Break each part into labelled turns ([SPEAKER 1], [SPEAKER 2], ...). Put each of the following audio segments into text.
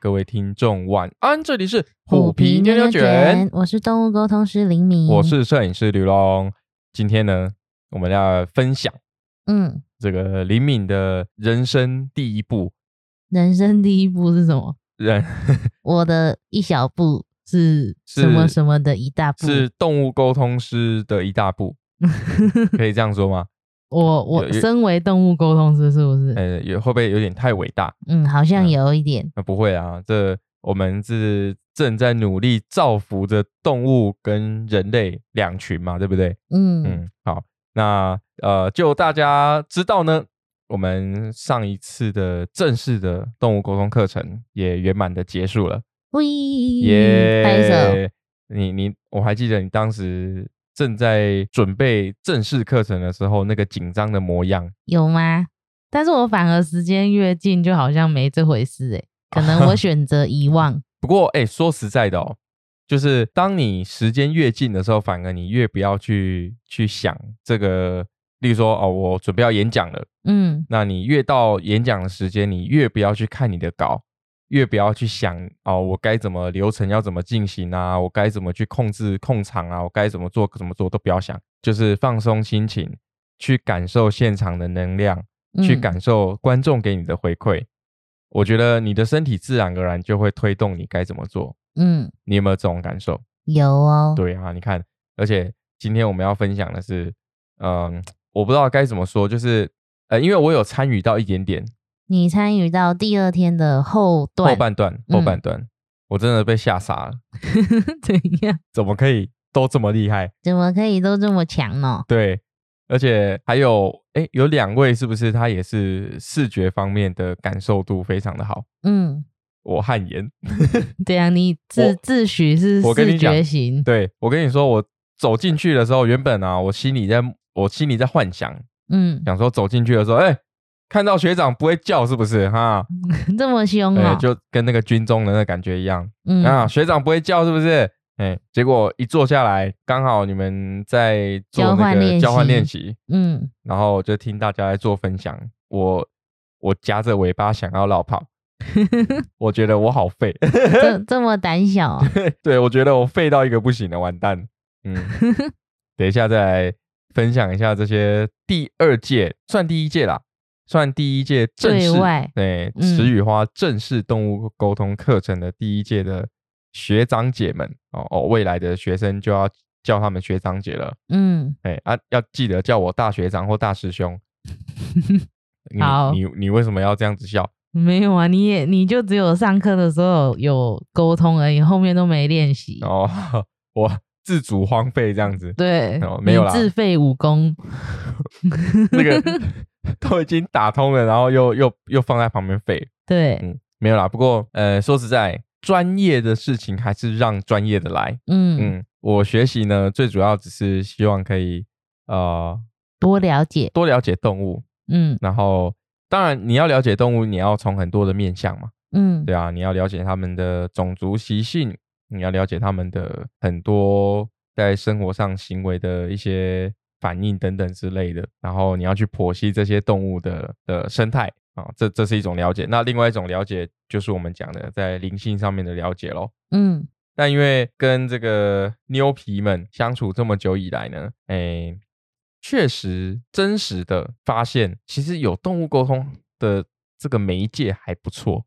[SPEAKER 1] 各位听众晚安，这里是虎皮妞妞卷，，
[SPEAKER 2] 我是动物沟通师林明，
[SPEAKER 1] 我是摄影师刘龙。今天呢，我们要分享
[SPEAKER 2] 嗯，
[SPEAKER 1] 这个李敏的人生第一呃步，
[SPEAKER 2] 人生第一步是什么？
[SPEAKER 1] 人
[SPEAKER 2] 我的一小步是
[SPEAKER 1] 是
[SPEAKER 2] 什么什么的一大步？
[SPEAKER 1] 是动物沟通师的一大 步，可以这样说吗？
[SPEAKER 2] 我我
[SPEAKER 1] 有有
[SPEAKER 2] 身为动物沟通师是不是？
[SPEAKER 1] 呃，也会不会有点太伟大？
[SPEAKER 2] 嗯，好像
[SPEAKER 1] 嗯
[SPEAKER 2] 有一点，
[SPEAKER 1] 那不会啊，这我们是正在努力造福着动物跟人类两群嘛，对不对？
[SPEAKER 2] 嗯
[SPEAKER 1] 嗯，好，那呃，就大家知道呢，我们上一次的正式的动物沟通课程也圆满的结束了，
[SPEAKER 2] 喂，嗯
[SPEAKER 1] 耶、
[SPEAKER 2] 拍手，
[SPEAKER 1] 你你，我还记得你当时正在准备正式课程的时候那个紧张的模样，
[SPEAKER 2] 有吗？但是我反而时间越近，就好像没这回事哎、 可能我选择遗忘。
[SPEAKER 1] 不过，哎、说实在的哦，就是当你时间越近的时候，反而你越不要去去想这个，例如说，哦，我准备要演讲了，
[SPEAKER 2] 嗯，
[SPEAKER 1] 那你越到演讲的时间，你越不要去看你的稿，越不要去想，哦，我该怎么流程要怎么进行啊，我该怎么去控制控场啊，我该怎么做怎么做都不要想，就是放松心情，去感受现场的能量，去
[SPEAKER 2] 嗯
[SPEAKER 1] 感受观众给你的回馈。我觉得你的身体自然而然就会推动你该怎么做。
[SPEAKER 2] 嗯，
[SPEAKER 1] 你有没有这种感受？
[SPEAKER 2] 有哦，
[SPEAKER 1] 对啊，你看，而且今天我们要分享的是，嗯，我不知道该怎么说，就是呃，因为我有参与到一点点
[SPEAKER 2] 你参与到第二天的后段，
[SPEAKER 1] 后半段，后
[SPEAKER 2] 嗯
[SPEAKER 1] 半段，我真的被吓傻了，
[SPEAKER 2] 怎样？
[SPEAKER 1] 怎么可以都这么厉害？
[SPEAKER 2] 怎么可以都这么强哦呢？
[SPEAKER 1] 对，而且还有，哎，有两位是不是他也是视觉方面的感受度非常的好？
[SPEAKER 2] 嗯，
[SPEAKER 1] 我汗颜，
[SPEAKER 2] 对啊，你
[SPEAKER 1] 我
[SPEAKER 2] 自自诩是
[SPEAKER 1] 我跟你
[SPEAKER 2] 视
[SPEAKER 1] 讲
[SPEAKER 2] 觉型，
[SPEAKER 1] 对我跟你说，我走进去的时候，原本啊，我心里在，我心里在幻想，
[SPEAKER 2] 嗯，
[SPEAKER 1] 想说走进去的时候，哎、看到学长不会叫是不是哈？
[SPEAKER 2] 这么凶
[SPEAKER 1] 对，
[SPEAKER 2] 哦，
[SPEAKER 1] 哎就跟那个军中人的感觉一样、
[SPEAKER 2] 嗯
[SPEAKER 1] 啊，学长不会叫是不是？哎、结果一坐下来，刚好你们在做
[SPEAKER 2] 交
[SPEAKER 1] 那
[SPEAKER 2] 换
[SPEAKER 1] 个
[SPEAKER 2] 练
[SPEAKER 1] 交换练
[SPEAKER 2] 习
[SPEAKER 1] 习，
[SPEAKER 2] 嗯，
[SPEAKER 1] 然后就听大家在做分享，我我夹着尾巴想要绕 跑，我觉得我好废，
[SPEAKER 2] 这这么胆小哦、
[SPEAKER 1] 对我觉得我废到一个不行了，完蛋， 嗯，等一下再来分享一下这些第二届算第一届啦，算第一届正式
[SPEAKER 2] 对外
[SPEAKER 1] 对
[SPEAKER 2] 嗯
[SPEAKER 1] 池语花正式动物沟通课程的第一届的学长姐们哦哦，未来的学生就要叫他们学长姐了，
[SPEAKER 2] 嗯，
[SPEAKER 1] 哎啊，要记得叫我大学长或大师 兄。你
[SPEAKER 2] 好
[SPEAKER 1] 你你为什么要这样子笑？
[SPEAKER 2] 没有啊，你也你就只有上课的时候有沟通而已，后面都没练习。
[SPEAKER 1] 哦， 我自主荒废这样 子，
[SPEAKER 2] 对，
[SPEAKER 1] 哦没有啦
[SPEAKER 2] 你自废武功。
[SPEAKER 1] 那个都已经打通了，然后又又又放在旁边废，
[SPEAKER 2] 对，
[SPEAKER 1] 嗯，没有啦。不过呃，说实在，专业的事情还是让专业的来。
[SPEAKER 2] 嗯，
[SPEAKER 1] 嗯，我学习呢，最主要只是希望可以呃
[SPEAKER 2] 多了解，
[SPEAKER 1] 多了解动物，
[SPEAKER 2] 嗯
[SPEAKER 1] 然后当然你要了解动物，你要从很多的面向嘛，
[SPEAKER 2] 嗯，
[SPEAKER 1] 对啊，你要了解他们的种族习性，你要了解他们的很多在生活上行为的一些反应等等之类的，然后你要去剖析这些动物的的生态啊、这这是一种了解。那另外一种了解就是我们讲的在灵性上面的了解咯。
[SPEAKER 2] 嗯
[SPEAKER 1] 但因为跟这个妞皮们相处这么久以来呢，诶，确实真实的发现，其实有动物沟通的这个媒介还不错。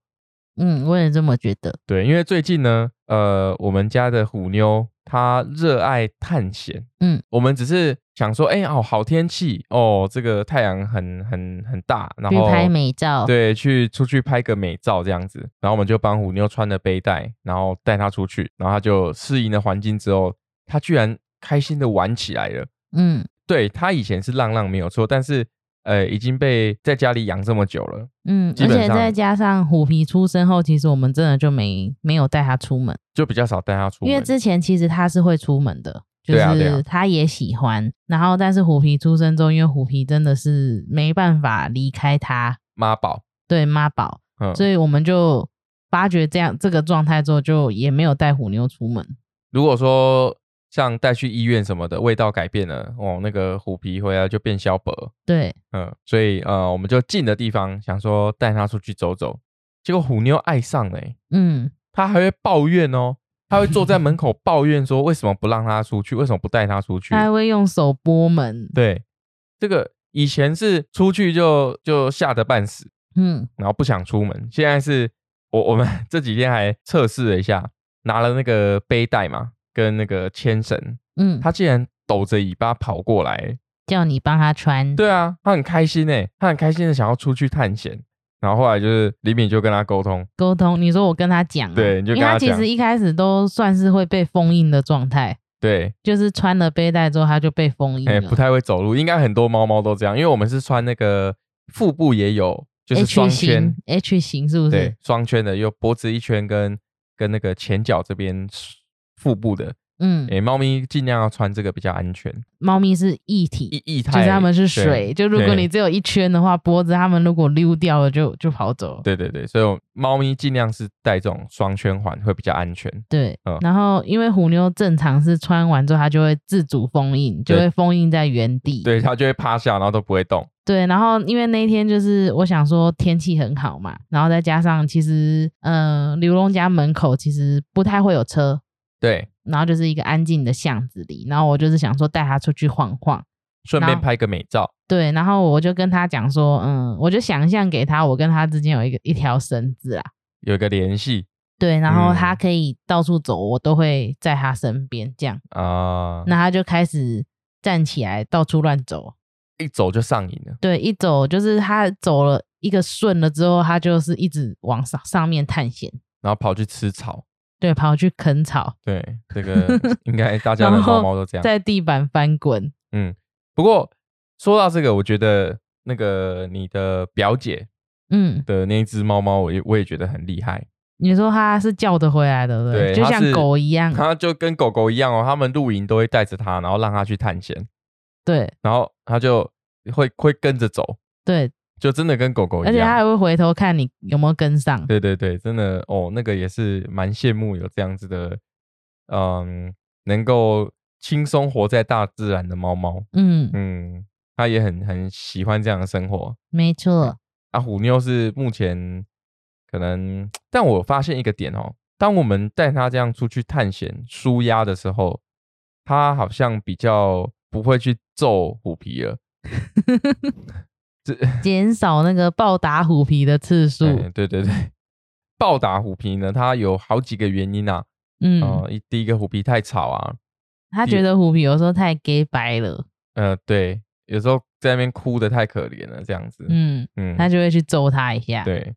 [SPEAKER 2] 嗯，我也这么觉得。
[SPEAKER 1] 对，因为最近呢，呃，我们家的虎妞她热爱探险，
[SPEAKER 2] 嗯，
[SPEAKER 1] 我们只是想说，哎、哦，好天气哦，这个太阳很很很大，然
[SPEAKER 2] 去
[SPEAKER 1] 后
[SPEAKER 2] 拍美照，
[SPEAKER 1] 对，去出去拍个美照这样子，然后我们就帮虎妞穿了背带，然后带她出去，然后她就适应了环境之后，她居然开心的玩起来了。
[SPEAKER 2] 嗯
[SPEAKER 1] 对她以前是浪浪没有错，但是呃，已经被在家里养这么久了，
[SPEAKER 2] 嗯，
[SPEAKER 1] 基
[SPEAKER 2] 而
[SPEAKER 1] 本
[SPEAKER 2] 且
[SPEAKER 1] 上
[SPEAKER 2] 再加上虎皮出生后，其实我们真的就没没有带它出门，
[SPEAKER 1] 就比较少带她出门。
[SPEAKER 2] 因为之前其实它是会出门的，就
[SPEAKER 1] 对啊对啊
[SPEAKER 2] 是它也喜欢。然后，但是虎皮出生之后，因为虎皮真的是没办法离开它，
[SPEAKER 1] 妈宝，
[SPEAKER 2] 对妈宝，
[SPEAKER 1] 嗯，
[SPEAKER 2] 所以我们就发觉这样这个状态之后，就也没有带虎妞出门。
[SPEAKER 1] 如果说像带去医院什么的，味道改变了，哦，那个虎皮回来就变消薄，
[SPEAKER 2] 对，
[SPEAKER 1] 嗯，所以呃，我们就近的地方想说带它出去走走，结果虎妞爱上了欸、
[SPEAKER 2] 嗯，
[SPEAKER 1] 她还会抱怨哦，她会坐在门口抱怨说为什么不让她出去，为什么不带她出去
[SPEAKER 2] 他？还会用手拨门，
[SPEAKER 1] 对，这个以前是出去就就吓得半死，
[SPEAKER 2] 嗯，
[SPEAKER 1] 然后不想出门，现在是我我们 这几天还测试了一下，拿了那个背带嘛，跟那个牵绳，
[SPEAKER 2] 嗯，
[SPEAKER 1] 她竟然抖着尾巴跑过来欸，
[SPEAKER 2] 叫你帮他穿，
[SPEAKER 1] 对啊，他很开心诶，他很开心的想要出去探险。然后后来就是李敏就跟他沟通，
[SPEAKER 2] 沟通。你说我跟他讲啊，
[SPEAKER 1] 对你就
[SPEAKER 2] 因
[SPEAKER 1] 跟
[SPEAKER 2] 为
[SPEAKER 1] 他
[SPEAKER 2] 他其
[SPEAKER 1] 讲
[SPEAKER 2] 实一开始都算是会被封印的状态，
[SPEAKER 1] 对，
[SPEAKER 2] 就是穿了背带之后他就被封印
[SPEAKER 1] 哎、
[SPEAKER 2] 了。
[SPEAKER 1] 不太会走路，应该很多猫猫都这样，因为我们是穿那个腹部也有，就是双
[SPEAKER 2] H
[SPEAKER 1] 圈
[SPEAKER 2] 哎型，H 型是不
[SPEAKER 1] 对
[SPEAKER 2] 是？，
[SPEAKER 1] 双圈的，有脖子一圈跟跟那个前脚这边腹部的，
[SPEAKER 2] 嗯
[SPEAKER 1] 哎、，猫咪尽量要穿这个比较安全，
[SPEAKER 2] 猫咪是一体，
[SPEAKER 1] 液液态，
[SPEAKER 2] 就是它们是
[SPEAKER 1] 对
[SPEAKER 2] 水。就如果
[SPEAKER 1] 对
[SPEAKER 2] 你只有一圈的话，脖子它们如果溜掉了就就跑走了。
[SPEAKER 1] 对对对，所以我猫咪尽量是戴这种双圈环会比较安全，
[SPEAKER 2] 对
[SPEAKER 1] 嗯，
[SPEAKER 2] 然后因为虎妞正常是穿完之后它就会自主封印，就
[SPEAKER 1] 对
[SPEAKER 2] 会封印在原地。
[SPEAKER 1] 对，它就会趴下，然后都不会动，
[SPEAKER 2] 对，然后因为那一天就是我想说天气很好嘛，然后再加上其实呃刘龙家门口其实不太会有车，
[SPEAKER 1] 对，
[SPEAKER 2] 然后就是一个安静的巷子里，然后我就是想说带他出去晃晃。
[SPEAKER 1] 顺
[SPEAKER 2] 然
[SPEAKER 1] 便
[SPEAKER 2] 后
[SPEAKER 1] 拍个美照，
[SPEAKER 2] 对，然后我就跟他讲说，嗯，我就想象给他，我跟他之间有一个一条绳子啦，
[SPEAKER 1] 有一个联系
[SPEAKER 2] 对，然后他
[SPEAKER 1] 嗯
[SPEAKER 2] 可以到处走，我都会在他身边这样，
[SPEAKER 1] 啊，
[SPEAKER 2] 那他就开始站起来到处乱走，
[SPEAKER 1] 一走就上瘾了。
[SPEAKER 2] 对，一走就是他走了一个顺了之后，他就是一直往上上面探险，
[SPEAKER 1] 然后跑去吃草。
[SPEAKER 2] 对，跑去啃草，
[SPEAKER 1] 对，这 个应该大家的
[SPEAKER 2] 然
[SPEAKER 1] 猫
[SPEAKER 2] 后
[SPEAKER 1] 猫都这样。
[SPEAKER 2] 在地板翻滚，
[SPEAKER 1] 不过说到这个，我觉得那个你的表姐
[SPEAKER 2] 嗯，
[SPEAKER 1] 的那一只猫猫，我也我也觉得很厉害。
[SPEAKER 2] 你说他是叫得回来的，
[SPEAKER 1] 对，
[SPEAKER 2] 对不对，就
[SPEAKER 1] 它
[SPEAKER 2] 像
[SPEAKER 1] 是
[SPEAKER 2] 狗一样，
[SPEAKER 1] 它就跟狗狗一样哦。他们露营都会带着它，然后让它去探险，
[SPEAKER 2] 对
[SPEAKER 1] 然后它就会会跟着走，
[SPEAKER 2] 对，
[SPEAKER 1] 就真的跟狗狗
[SPEAKER 2] 而
[SPEAKER 1] 一
[SPEAKER 2] 且他
[SPEAKER 1] 样。
[SPEAKER 2] 还会回头看你有没有跟上，
[SPEAKER 1] 对对对，真的哦，那个也是蛮羡慕有这样子的，嗯，能够轻松活在大自然的猫猫。
[SPEAKER 2] 嗯，
[SPEAKER 1] 嗯，他也很很喜欢这样的生活。
[SPEAKER 2] 没错，
[SPEAKER 1] 啊，虎妞是目前可能，但我发现一个点哦，当我们带他这样出去探险、舒压的时候，他好像比较不会去揍虎皮了。
[SPEAKER 2] 减少那个暴打虎皮的次数，
[SPEAKER 1] 哎对对对， 暴打虎皮呢，它有好几个原因啊。
[SPEAKER 2] 嗯，
[SPEAKER 1] 呃，一第一个虎皮太吵啊，
[SPEAKER 2] 他觉得虎皮有时候太 gay 白了，
[SPEAKER 1] 呃，对，有时候在那边哭的太可怜了，这样子。
[SPEAKER 2] 嗯，
[SPEAKER 1] 嗯
[SPEAKER 2] 他就会去揍他一下，
[SPEAKER 1] 对，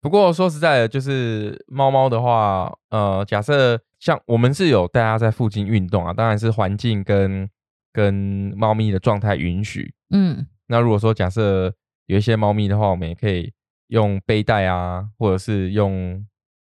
[SPEAKER 1] 不过说实在的，就是猫猫的话，呃，假设像我们是有带它在附近运动啊，当然是环境跟跟猫咪的状态允许。
[SPEAKER 2] 嗯
[SPEAKER 1] 那如果说假设有一些猫咪的话，我们也可以用背带啊，或者是用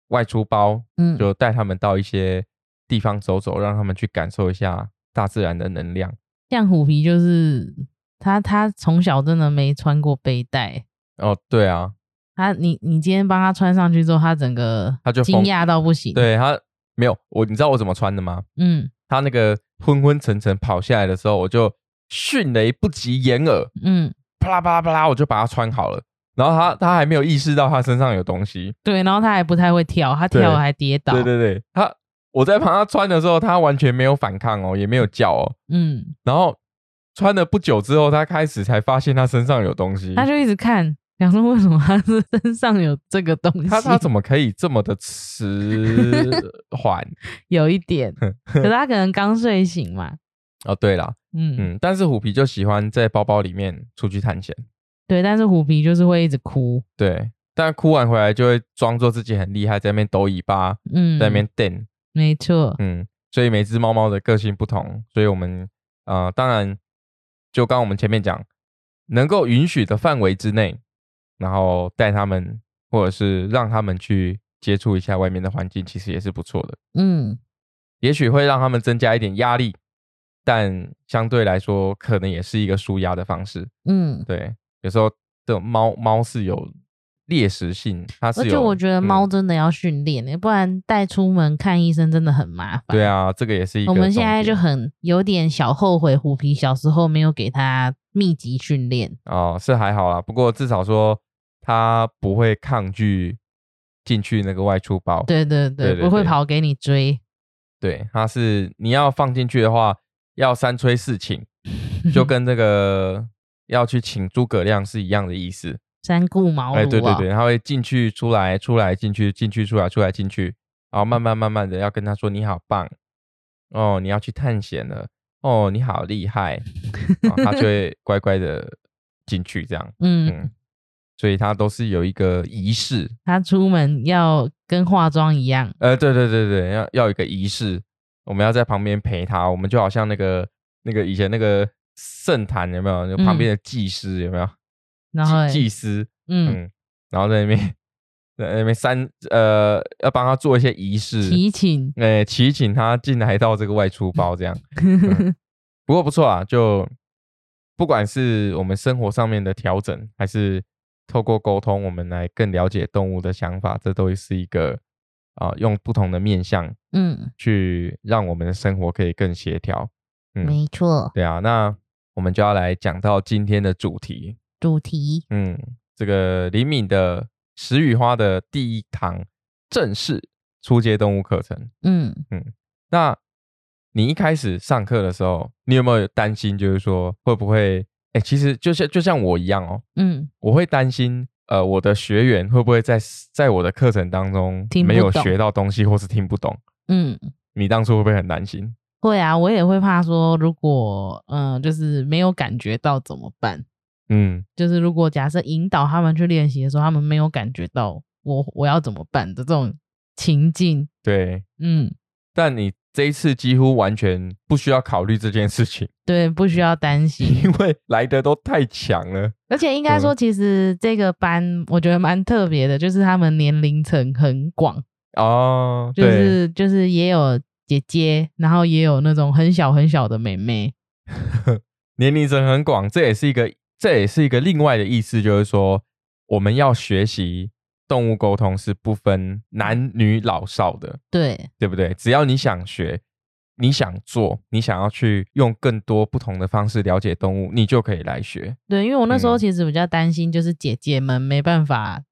[SPEAKER 1] 外出包，
[SPEAKER 2] 嗯，
[SPEAKER 1] 就带它们到一些地方走走，让它们去感受一下大自然的能量。
[SPEAKER 2] 像虎皮就是他，他从小真的没穿过背带。
[SPEAKER 1] 哦，对啊，
[SPEAKER 2] 他，你你今天帮他穿上去之后，他整个
[SPEAKER 1] 他就
[SPEAKER 2] 惊
[SPEAKER 1] 疯
[SPEAKER 2] 讶到不行。，
[SPEAKER 1] 对它没有我，你知道我怎么穿的吗？
[SPEAKER 2] 嗯
[SPEAKER 1] 他那个昏昏沉沉跑下来的时候，我就迅雷不及掩耳，
[SPEAKER 2] 嗯，
[SPEAKER 1] 啪啦啪啦啪啦，我就把它穿好了。然后他他还没有意识到他身上有东西。
[SPEAKER 2] 对，然后他还不太会跳，他
[SPEAKER 1] 对
[SPEAKER 2] 跳了还跌倒。
[SPEAKER 1] 对对对，他我在帮他穿的时候，他完全没有反抗哦，也没有叫哦。
[SPEAKER 2] 嗯，
[SPEAKER 1] 然后穿了不久之后，他开始才发现他身上有东西。
[SPEAKER 2] 他就一直看，想说为什么他是 身上有这个东西？
[SPEAKER 1] 他他怎么可以这么的 迟缓？
[SPEAKER 2] 有一点， 可是他可能刚睡醒嘛。
[SPEAKER 1] 哦，对啦，
[SPEAKER 2] 嗯，
[SPEAKER 1] 嗯，但是虎皮就喜欢在包包里面出去探险。
[SPEAKER 2] 对，但是虎皮就是会一直哭。
[SPEAKER 1] 对，但哭完回来就会装作自己很厉害，在那边抖尾巴，
[SPEAKER 2] 嗯，
[SPEAKER 1] 在那边瞪，
[SPEAKER 2] 没错。
[SPEAKER 1] 嗯，所以每只猫猫的个性不同，所以我们呃，当然就刚我们前面讲，能够允许的范围之内，然后带它们或者是让它们去接触一下外面的环境，其实也是不错的，
[SPEAKER 2] 嗯，
[SPEAKER 1] 也许会让它们增加一点压力，但相对来说，可能也是一个舒压的方式。
[SPEAKER 2] 嗯，
[SPEAKER 1] 对，有时候这种猫猫是有猎食性，它是
[SPEAKER 2] 而
[SPEAKER 1] 有，
[SPEAKER 2] 且我觉得
[SPEAKER 1] 嗯
[SPEAKER 2] 猫真的要训练、欸，不然带出门看医生真的很麻烦。
[SPEAKER 1] 对啊，这个也是一个
[SPEAKER 2] 我
[SPEAKER 1] 重点。
[SPEAKER 2] 们现在就很有点小后悔，虎皮小时候没有给他密集训练。
[SPEAKER 1] 哦，是还好啦，不过至少说它不会抗拒进去那个外出包，
[SPEAKER 2] 对对对，
[SPEAKER 1] 对对
[SPEAKER 2] 不会
[SPEAKER 1] 对
[SPEAKER 2] 跑给你追，
[SPEAKER 1] 对，它是你要放进去的话，要三催四请，就 跟那个要去请诸葛亮是一样的意思。
[SPEAKER 2] 三顾茅庐、哦。
[SPEAKER 1] 哎，对对对，它会进去出来，出来进去，进去出来，出来进去，然后慢慢慢慢的要跟他说你好棒，哦，你要去探险了，哦，你好厉 害，然后他就会乖乖的进去这样，
[SPEAKER 2] 嗯，
[SPEAKER 1] 嗯，所以它都是有一个仪式，
[SPEAKER 2] 他出门要跟化妆一样，
[SPEAKER 1] 呃，对对对对，要要有一个仪式，我们要在旁边陪他，我们就好像那个那个以前那个圣坛有没有？就旁边的祭司有没有？
[SPEAKER 2] 嗯然后
[SPEAKER 1] 祭祭司，
[SPEAKER 2] 嗯，
[SPEAKER 1] 嗯，然后在那边 在那边三呃，要帮他做一些仪式，
[SPEAKER 2] 提请，
[SPEAKER 1] 呃，祈请他进来到这个外出包这样。嗯不过不错啊，就不管是我们生活上面的调整，还是透过沟通，我们来更了解动物的想法，这都是一个啊、用不同的面向
[SPEAKER 2] 嗯，
[SPEAKER 1] 去让我们的生活可以更协调。嗯
[SPEAKER 2] 没错，
[SPEAKER 1] 对啊，那我们就要来讲到今天的主题，
[SPEAKER 2] 主题
[SPEAKER 1] 嗯，这个李敏的石雨花的第一堂正式初阶动物课程。
[SPEAKER 2] 嗯，
[SPEAKER 1] 那你一开始上课的时候，你有没有担心，就是说会不会？哎、其实就像就像我一样哦，
[SPEAKER 2] 嗯
[SPEAKER 1] 我会担心，呃，我的学员会不会在在我的课程当中
[SPEAKER 2] 听不
[SPEAKER 1] 没有
[SPEAKER 2] 懂
[SPEAKER 1] 学到东西，或是听不懂？
[SPEAKER 2] 嗯，
[SPEAKER 1] 你当初会不会很担心？
[SPEAKER 2] 会啊，我也会怕说，如果嗯、呃就是没有感觉到怎么办？
[SPEAKER 1] 嗯，
[SPEAKER 2] 就是如果假设引导他们去练习的时候，他们没有感觉到我我要怎么办的这种情境，
[SPEAKER 1] 对。
[SPEAKER 2] 嗯，
[SPEAKER 1] 但你这一次几乎完全不需要考虑这件事情，
[SPEAKER 2] 对，不需要担心。
[SPEAKER 1] 因为来的都太强了。
[SPEAKER 2] 而且应该说，其实这个班我觉得蛮特别的，就是他们年龄层很广，
[SPEAKER 1] 哦，
[SPEAKER 2] 就
[SPEAKER 1] 对，
[SPEAKER 2] 是就是也有姐姐，然后也有那种很小很小的妹妹。
[SPEAKER 1] 年龄层很广，这也是一个，这也是一个另外的意思，就是说我们要学习动物沟通是不分男女老少的，
[SPEAKER 2] 对，
[SPEAKER 1] 对不对？只要你想学，你想做，你想要去用更多不同的方式了解动物，你就可以来学。
[SPEAKER 2] 对，因为我那时
[SPEAKER 1] 嗯
[SPEAKER 2] 候其实比较担心，就是姐姐们没办法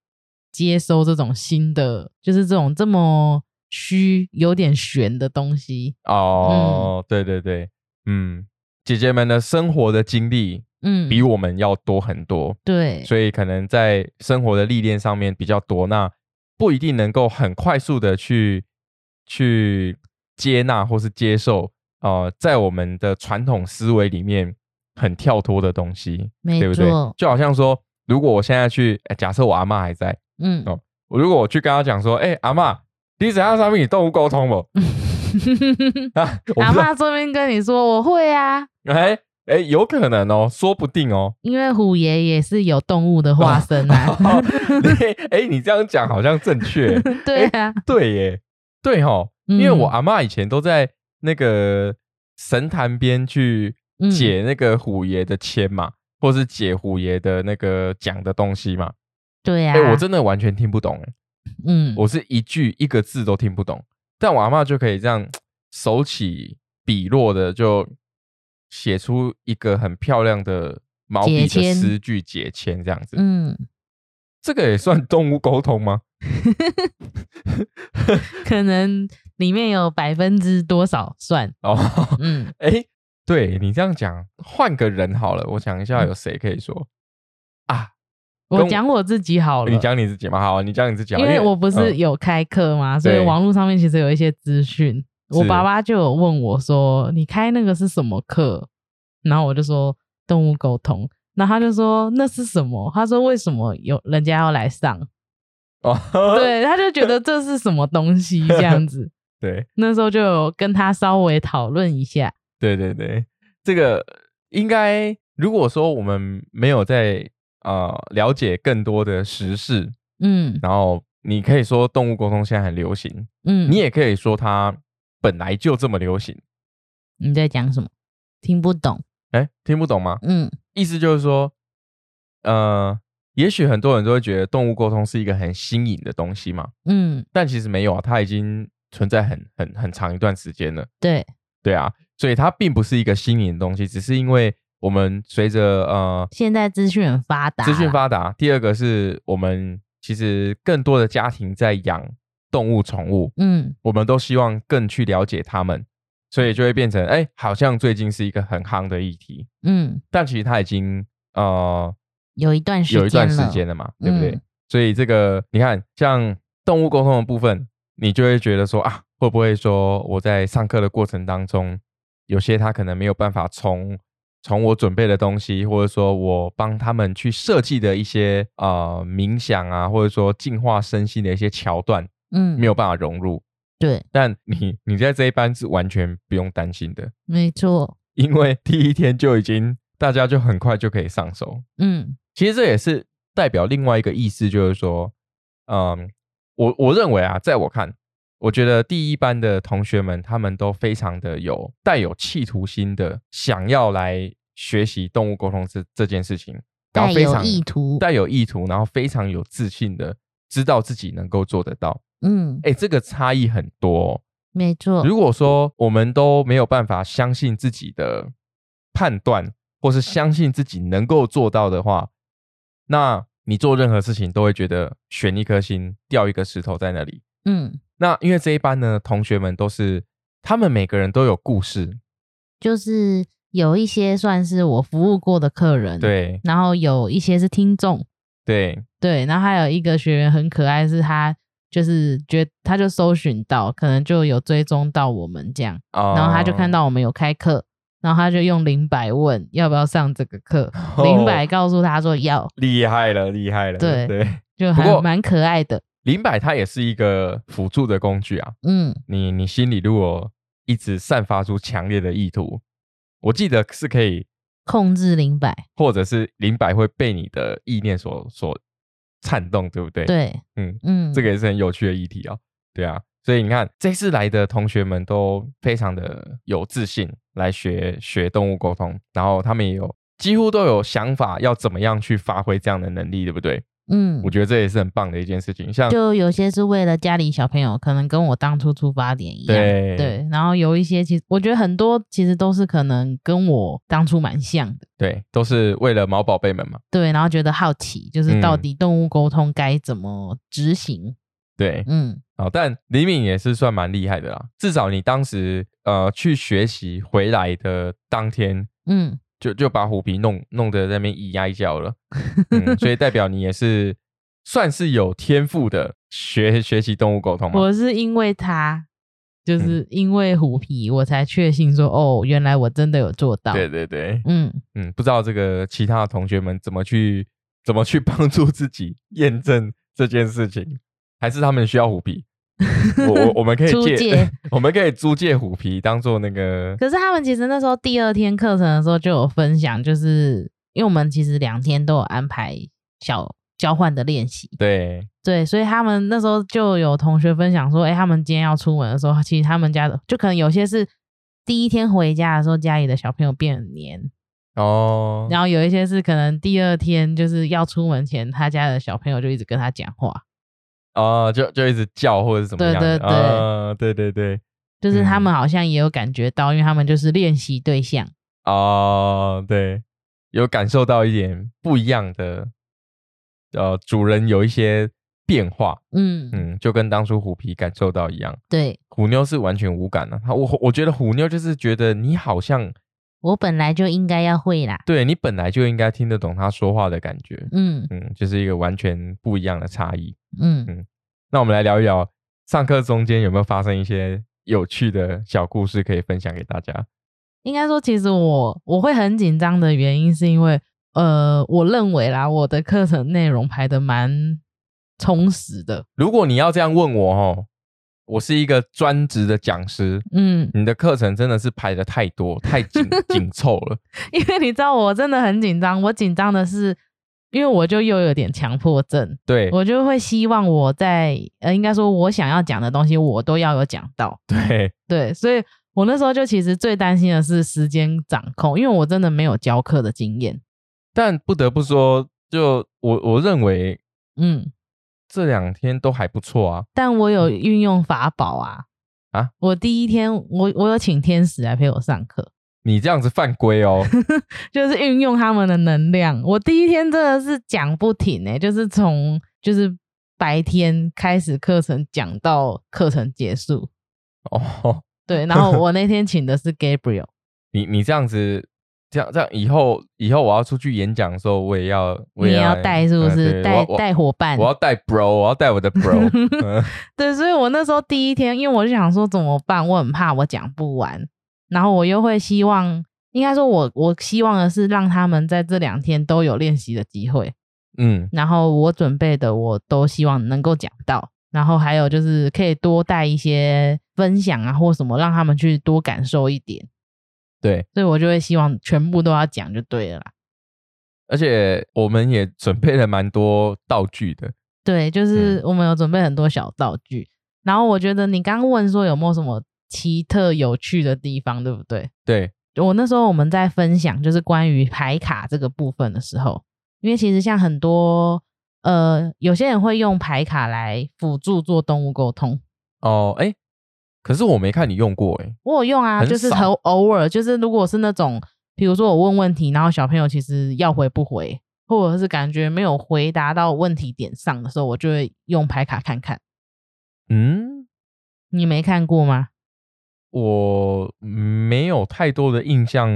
[SPEAKER 2] 接收这种新的，就是这种这么虚、有点玄的东西。
[SPEAKER 1] 哦，对对对，嗯，姐姐们的生活的经历
[SPEAKER 2] 嗯，
[SPEAKER 1] 比我们要多很多，
[SPEAKER 2] 对，
[SPEAKER 1] 所以可能在生活的历练上面比较多，那不一定能够很快速的去去接纳或是接受，呃，在我们的传统思维里面很跳脱的东西，
[SPEAKER 2] 没
[SPEAKER 1] 对不对
[SPEAKER 2] 错？，
[SPEAKER 1] 就好像说，如果我现在去，呃假设我阿嬷还在，
[SPEAKER 2] 嗯，
[SPEAKER 1] 哦我如果我去跟她讲说，哎、阿嬷，你怎样上面与动物沟通不？ 啊，我不
[SPEAKER 2] 阿
[SPEAKER 1] 知道，
[SPEAKER 2] 妈这边跟你说我会啊，
[SPEAKER 1] 哎哎，有可能哦，说不定哦。
[SPEAKER 2] 因为虎爷也是有动物的化身啊。
[SPEAKER 1] 你哎，你这样讲好像正确，
[SPEAKER 2] 对
[SPEAKER 1] 哎
[SPEAKER 2] 啊，
[SPEAKER 1] 对耶，对吼，因为
[SPEAKER 2] 嗯
[SPEAKER 1] 我阿妈以前都在那个神坛边去
[SPEAKER 2] 嗯
[SPEAKER 1] 解那个虎爷的签嘛，或是解虎爷的那个讲的东西嘛。
[SPEAKER 2] 对啊，
[SPEAKER 1] 哎、我真的完全听不懂，哎，
[SPEAKER 2] 嗯，
[SPEAKER 1] 我是一句一个字都听不懂，但我阿妈就可以这样手起笔落的就写出一个很漂亮的毛笔
[SPEAKER 2] 解
[SPEAKER 1] 的
[SPEAKER 2] 签
[SPEAKER 1] 诗句解签这样子。
[SPEAKER 2] 嗯，
[SPEAKER 1] 这个也算动物沟通吗？
[SPEAKER 2] 可能里面有百分之多少算，
[SPEAKER 1] 哦，
[SPEAKER 2] 嗯，
[SPEAKER 1] 哎、对你这样讲，换个人好了，我想一
[SPEAKER 2] 嗯
[SPEAKER 1] 下有谁可以说啊？
[SPEAKER 2] 我
[SPEAKER 1] 跟
[SPEAKER 2] 讲我自己好了，
[SPEAKER 1] 你讲你自己嘛，好，你讲你自己好，
[SPEAKER 2] 因为我不是
[SPEAKER 1] 嗯
[SPEAKER 2] 有开课嘛，所以
[SPEAKER 1] 对
[SPEAKER 2] 网络上面其实有一些资讯。我
[SPEAKER 1] 是
[SPEAKER 2] 爸爸就有问我说：“你开那个是什么课？”然后我就说：“动物沟通。”然后他就说：“那是什么？”他说：“为什么有人家要来上
[SPEAKER 1] 哦，？”
[SPEAKER 2] 对，他就觉得这是什么东西这样子。
[SPEAKER 1] 对
[SPEAKER 2] 那时候就有跟他稍微讨论一下。
[SPEAKER 1] 对对对，这个应该如果说我们没有在呃了解更多的时事，
[SPEAKER 2] 嗯
[SPEAKER 1] 然后你可以说动物沟通现在很流行，
[SPEAKER 2] 嗯，
[SPEAKER 1] 你也可以说它本来就这么流行。
[SPEAKER 2] 你在讲什么？听不懂。
[SPEAKER 1] 哎，听不懂吗？
[SPEAKER 2] 嗯
[SPEAKER 1] 意思就是说，呃，也许很多人都会觉得动物沟通是一个很新颖的东西嘛，
[SPEAKER 2] 嗯，
[SPEAKER 1] 但其实没有啊，它已经存在很很很长一段时间了。
[SPEAKER 2] 对，
[SPEAKER 1] 对啊，所以它并不是一个新颖的东西，只是因为我们随着呃
[SPEAKER 2] 现在资讯很发达啦，
[SPEAKER 1] 资讯发达，第二个是我们其实更多的家庭在养动物宠物，
[SPEAKER 2] 嗯，
[SPEAKER 1] 我们都希望更去了解他们，所以就会变成哎、好像最近是一个很夯的议题，
[SPEAKER 2] 嗯，
[SPEAKER 1] 但其实它已经呃
[SPEAKER 2] 有一段时间
[SPEAKER 1] 有一段时
[SPEAKER 2] 了
[SPEAKER 1] 间了嘛，对不对？
[SPEAKER 2] 嗯
[SPEAKER 1] 所以这个你看，像动物沟通的部分，你就会觉得说啊，会不会说我在上课的过程当中，有些他可能没有办法从从我准备的东西，或者说我帮他们去设计的一些呃冥想啊，或者说净化身心的一些桥段，
[SPEAKER 2] 嗯，
[SPEAKER 1] 没有办法融入。
[SPEAKER 2] 对，
[SPEAKER 1] 但你你在这一班是完全不用担心的，
[SPEAKER 2] 没错，
[SPEAKER 1] 因为第一天就已经大家就很快就可以上手。
[SPEAKER 2] 嗯
[SPEAKER 1] 其实这也是代表另外一个意思，就是说，嗯，我我认为啊，在我看，我觉得第一班的同学们他们都非常的有带有企图心的，想要来学习动物沟通这这件事情，然
[SPEAKER 2] 带
[SPEAKER 1] 后非
[SPEAKER 2] 有
[SPEAKER 1] 常
[SPEAKER 2] 意图，
[SPEAKER 1] 带有意图，然后非常有自信的知道自己能够做得到。
[SPEAKER 2] 嗯，
[SPEAKER 1] 哎，这个差异很多哦、
[SPEAKER 2] 没错，
[SPEAKER 1] 如果说我们都没有办法相信自己的判断，或是相信自己能够做到的话，那你做任何事情都会觉得悬一颗心，掉一个石头在那里。
[SPEAKER 2] 嗯，
[SPEAKER 1] 那因为这一班呢，同学们都是他们每个人都有故事，
[SPEAKER 2] 就是有一些算是我服务过的客人，，
[SPEAKER 1] 对
[SPEAKER 2] 然后有一些是听众，
[SPEAKER 1] 对
[SPEAKER 2] 对，然后还有一个学员很可爱，是他就是觉他就搜寻到，可能就有追踪到我们这样，
[SPEAKER 1] 啊
[SPEAKER 2] 然后他就看到我们有开课，然后他就用零百问要不要上这个课，
[SPEAKER 1] 哦
[SPEAKER 2] 零百告诉他说要，
[SPEAKER 1] 厉害了，厉害了，
[SPEAKER 2] 对
[SPEAKER 1] 对。
[SPEAKER 2] 就
[SPEAKER 1] 不
[SPEAKER 2] 还
[SPEAKER 1] 过
[SPEAKER 2] 蛮可爱的，
[SPEAKER 1] 灵摆它也是一个辅助的工具啊，
[SPEAKER 2] 嗯
[SPEAKER 1] 你你心里如果一直散发出强烈的意图，我记得是可以
[SPEAKER 2] 控制零百，
[SPEAKER 1] 或者是灵摆会被你的意念所所颤动，对不对？，
[SPEAKER 2] 对，
[SPEAKER 1] 嗯
[SPEAKER 2] 嗯，
[SPEAKER 1] 这个也是很有趣的议题啊、对啊，所以你看这次来的同学们都非常的有自信来学学动物沟通，然后他们也有几乎都有想法要怎么样去发挥这样的能力，对不对？
[SPEAKER 2] 嗯
[SPEAKER 1] 我觉得这也是很棒的一件事情。像
[SPEAKER 2] 就有些是为了家里小朋友，可能跟我当初出发点一样，
[SPEAKER 1] 对
[SPEAKER 2] 然后有一些其实我觉得很多其实都是可能跟我当初蛮像的，
[SPEAKER 1] 对，都是为了毛宝贝们嘛，
[SPEAKER 2] 对，然后觉得好奇，就是到
[SPEAKER 1] 嗯
[SPEAKER 2] 底动物沟通该怎么执行？
[SPEAKER 1] 对，
[SPEAKER 2] 嗯
[SPEAKER 1] 好，但李敏也是算蛮厉害的啦。至少你当时呃去学习回来的当天，
[SPEAKER 2] 嗯，
[SPEAKER 1] 就就把虎皮弄弄得在那边咿呀一叫了、嗯，所以代表你也是算是有天赋的学学习动物沟通嘛。
[SPEAKER 2] 我是因为他，
[SPEAKER 1] 嗯
[SPEAKER 2] 就是因为虎皮，我才确信说，哦，原来我真的有做到。
[SPEAKER 1] 对对对，
[SPEAKER 2] 嗯，
[SPEAKER 1] 嗯，不知道这个其他的同学们怎么去怎么去 帮助自己验证这件事情，还是他们需要虎皮？我我我们可以
[SPEAKER 2] 租
[SPEAKER 1] 借，
[SPEAKER 2] 借
[SPEAKER 1] 我们可以租借虎皮当做那个
[SPEAKER 2] 可是他们其实那时候第二天课程的时候就有分享，就是因为我们其实两天都有安排小交换的练习，
[SPEAKER 1] 对
[SPEAKER 2] 对，所以他们那时候就有同学分享说，哎、他们今天要出门的时候，其实他们家的就可能有些是第一天回家的时候，家里的小朋友变很黏，
[SPEAKER 1] 哦，
[SPEAKER 2] 然后有一些是可能第二天就是要出门前，他家的小朋友就一直跟他讲话，
[SPEAKER 1] 哦，就就一直叫或者是怎么
[SPEAKER 2] 对
[SPEAKER 1] 样的，
[SPEAKER 2] 对对
[SPEAKER 1] 啊对对对，
[SPEAKER 2] 就是他
[SPEAKER 1] 嗯
[SPEAKER 2] 们好像也有感觉到，因为他们就是练习对象，
[SPEAKER 1] 哦，对，有感受到一点不一样的，呃，主人有一些变化，
[SPEAKER 2] 嗯，
[SPEAKER 1] 嗯，就跟当初虎皮感受到一样，
[SPEAKER 2] 对
[SPEAKER 1] 虎妞是完全无感的、他我我觉得虎妞就是觉得你好像
[SPEAKER 2] 我本来就应该要会啦，
[SPEAKER 1] 对你本来就应该听得懂他说话的感觉，
[SPEAKER 2] 嗯
[SPEAKER 1] 嗯，就是一个完全不一样的差异。
[SPEAKER 2] 嗯。
[SPEAKER 1] 那我们来聊一聊上课中间有没有发生一些有趣的小故事可以分享给大家。
[SPEAKER 2] 应该说，其实我我会很紧张的原因是因为，呃，我认为啦，我的课程内容排的蛮充实的，
[SPEAKER 1] 如果你要这样问我哦，我是一个专职的讲师，
[SPEAKER 2] 嗯，
[SPEAKER 1] 你的课程真的是排的太多、太紧紧凑了。
[SPEAKER 2] 因为你知道我真的很紧张，我紧张的是，因为我就又有点强迫症，
[SPEAKER 1] 对
[SPEAKER 2] 我就会希望我在呃，应该说我想要讲的东西，我都要有讲到，
[SPEAKER 1] 对，
[SPEAKER 2] 对，所以我那时候就其实最担心的是时间掌控，因为我真的没有教课的经验，
[SPEAKER 1] 但不得不说，就我我认为
[SPEAKER 2] 嗯，
[SPEAKER 1] 这两天都还不错啊。
[SPEAKER 2] 但我有运用法宝啊
[SPEAKER 1] 啊！
[SPEAKER 2] 我第一天我我有请天使来陪我上课，
[SPEAKER 1] 你这样子犯规 哦，
[SPEAKER 2] 就是欸运用他们的能量。我第一天真的是讲不停诶、就是从就是白天开始课程讲到课程结束。
[SPEAKER 1] 哦，
[SPEAKER 2] 对，然后 我那天请的是 Gabriel，
[SPEAKER 1] 你你这样子，这样这样以后以后我要出去演讲的时候，我也要我
[SPEAKER 2] 你
[SPEAKER 1] 也
[SPEAKER 2] 要带是不是？
[SPEAKER 1] 嗯对
[SPEAKER 2] 带
[SPEAKER 1] 我
[SPEAKER 2] 带伙伴
[SPEAKER 1] 我，我要带 bro，我要带我的 bro，嗯
[SPEAKER 2] 对，所以我那时候第一天，因为我就想说怎么办，我很怕我讲不完，然后我又会希望，应该说我我希望的是让他们在这两天都有练习的机会，
[SPEAKER 1] 嗯
[SPEAKER 2] 然后我准备的我都希望能够讲到，然后还有就是可以多带一些分享啊或什么，让他们去多感受一点，
[SPEAKER 1] 对，
[SPEAKER 2] 所以我就会希望全部都要讲就对了啦。
[SPEAKER 1] 而且我们也准备了蛮多道具的，
[SPEAKER 2] 对，就是我们有准备很多小道具，然后我觉得你刚刚问说有没有什么奇特有趣的地方，对不对？
[SPEAKER 1] 对，
[SPEAKER 2] 我那时候我们在分享就是关于牌卡这个部分的时候，因为其实像很多呃，有些人会用牌卡来辅助做动物沟通。
[SPEAKER 1] 哦，哎，可是我没看你用过，哎，
[SPEAKER 2] 我有用啊，
[SPEAKER 1] 很
[SPEAKER 2] 就是
[SPEAKER 1] 少
[SPEAKER 2] 偶偶尔，就是如果是那种，比如说我问问题，然后小朋友其实要回不回，或者是感觉没有回答到问题点上的时候，我就会用牌卡看看。
[SPEAKER 1] 嗯，
[SPEAKER 2] 你没看过吗？
[SPEAKER 1] 我没有太多的印象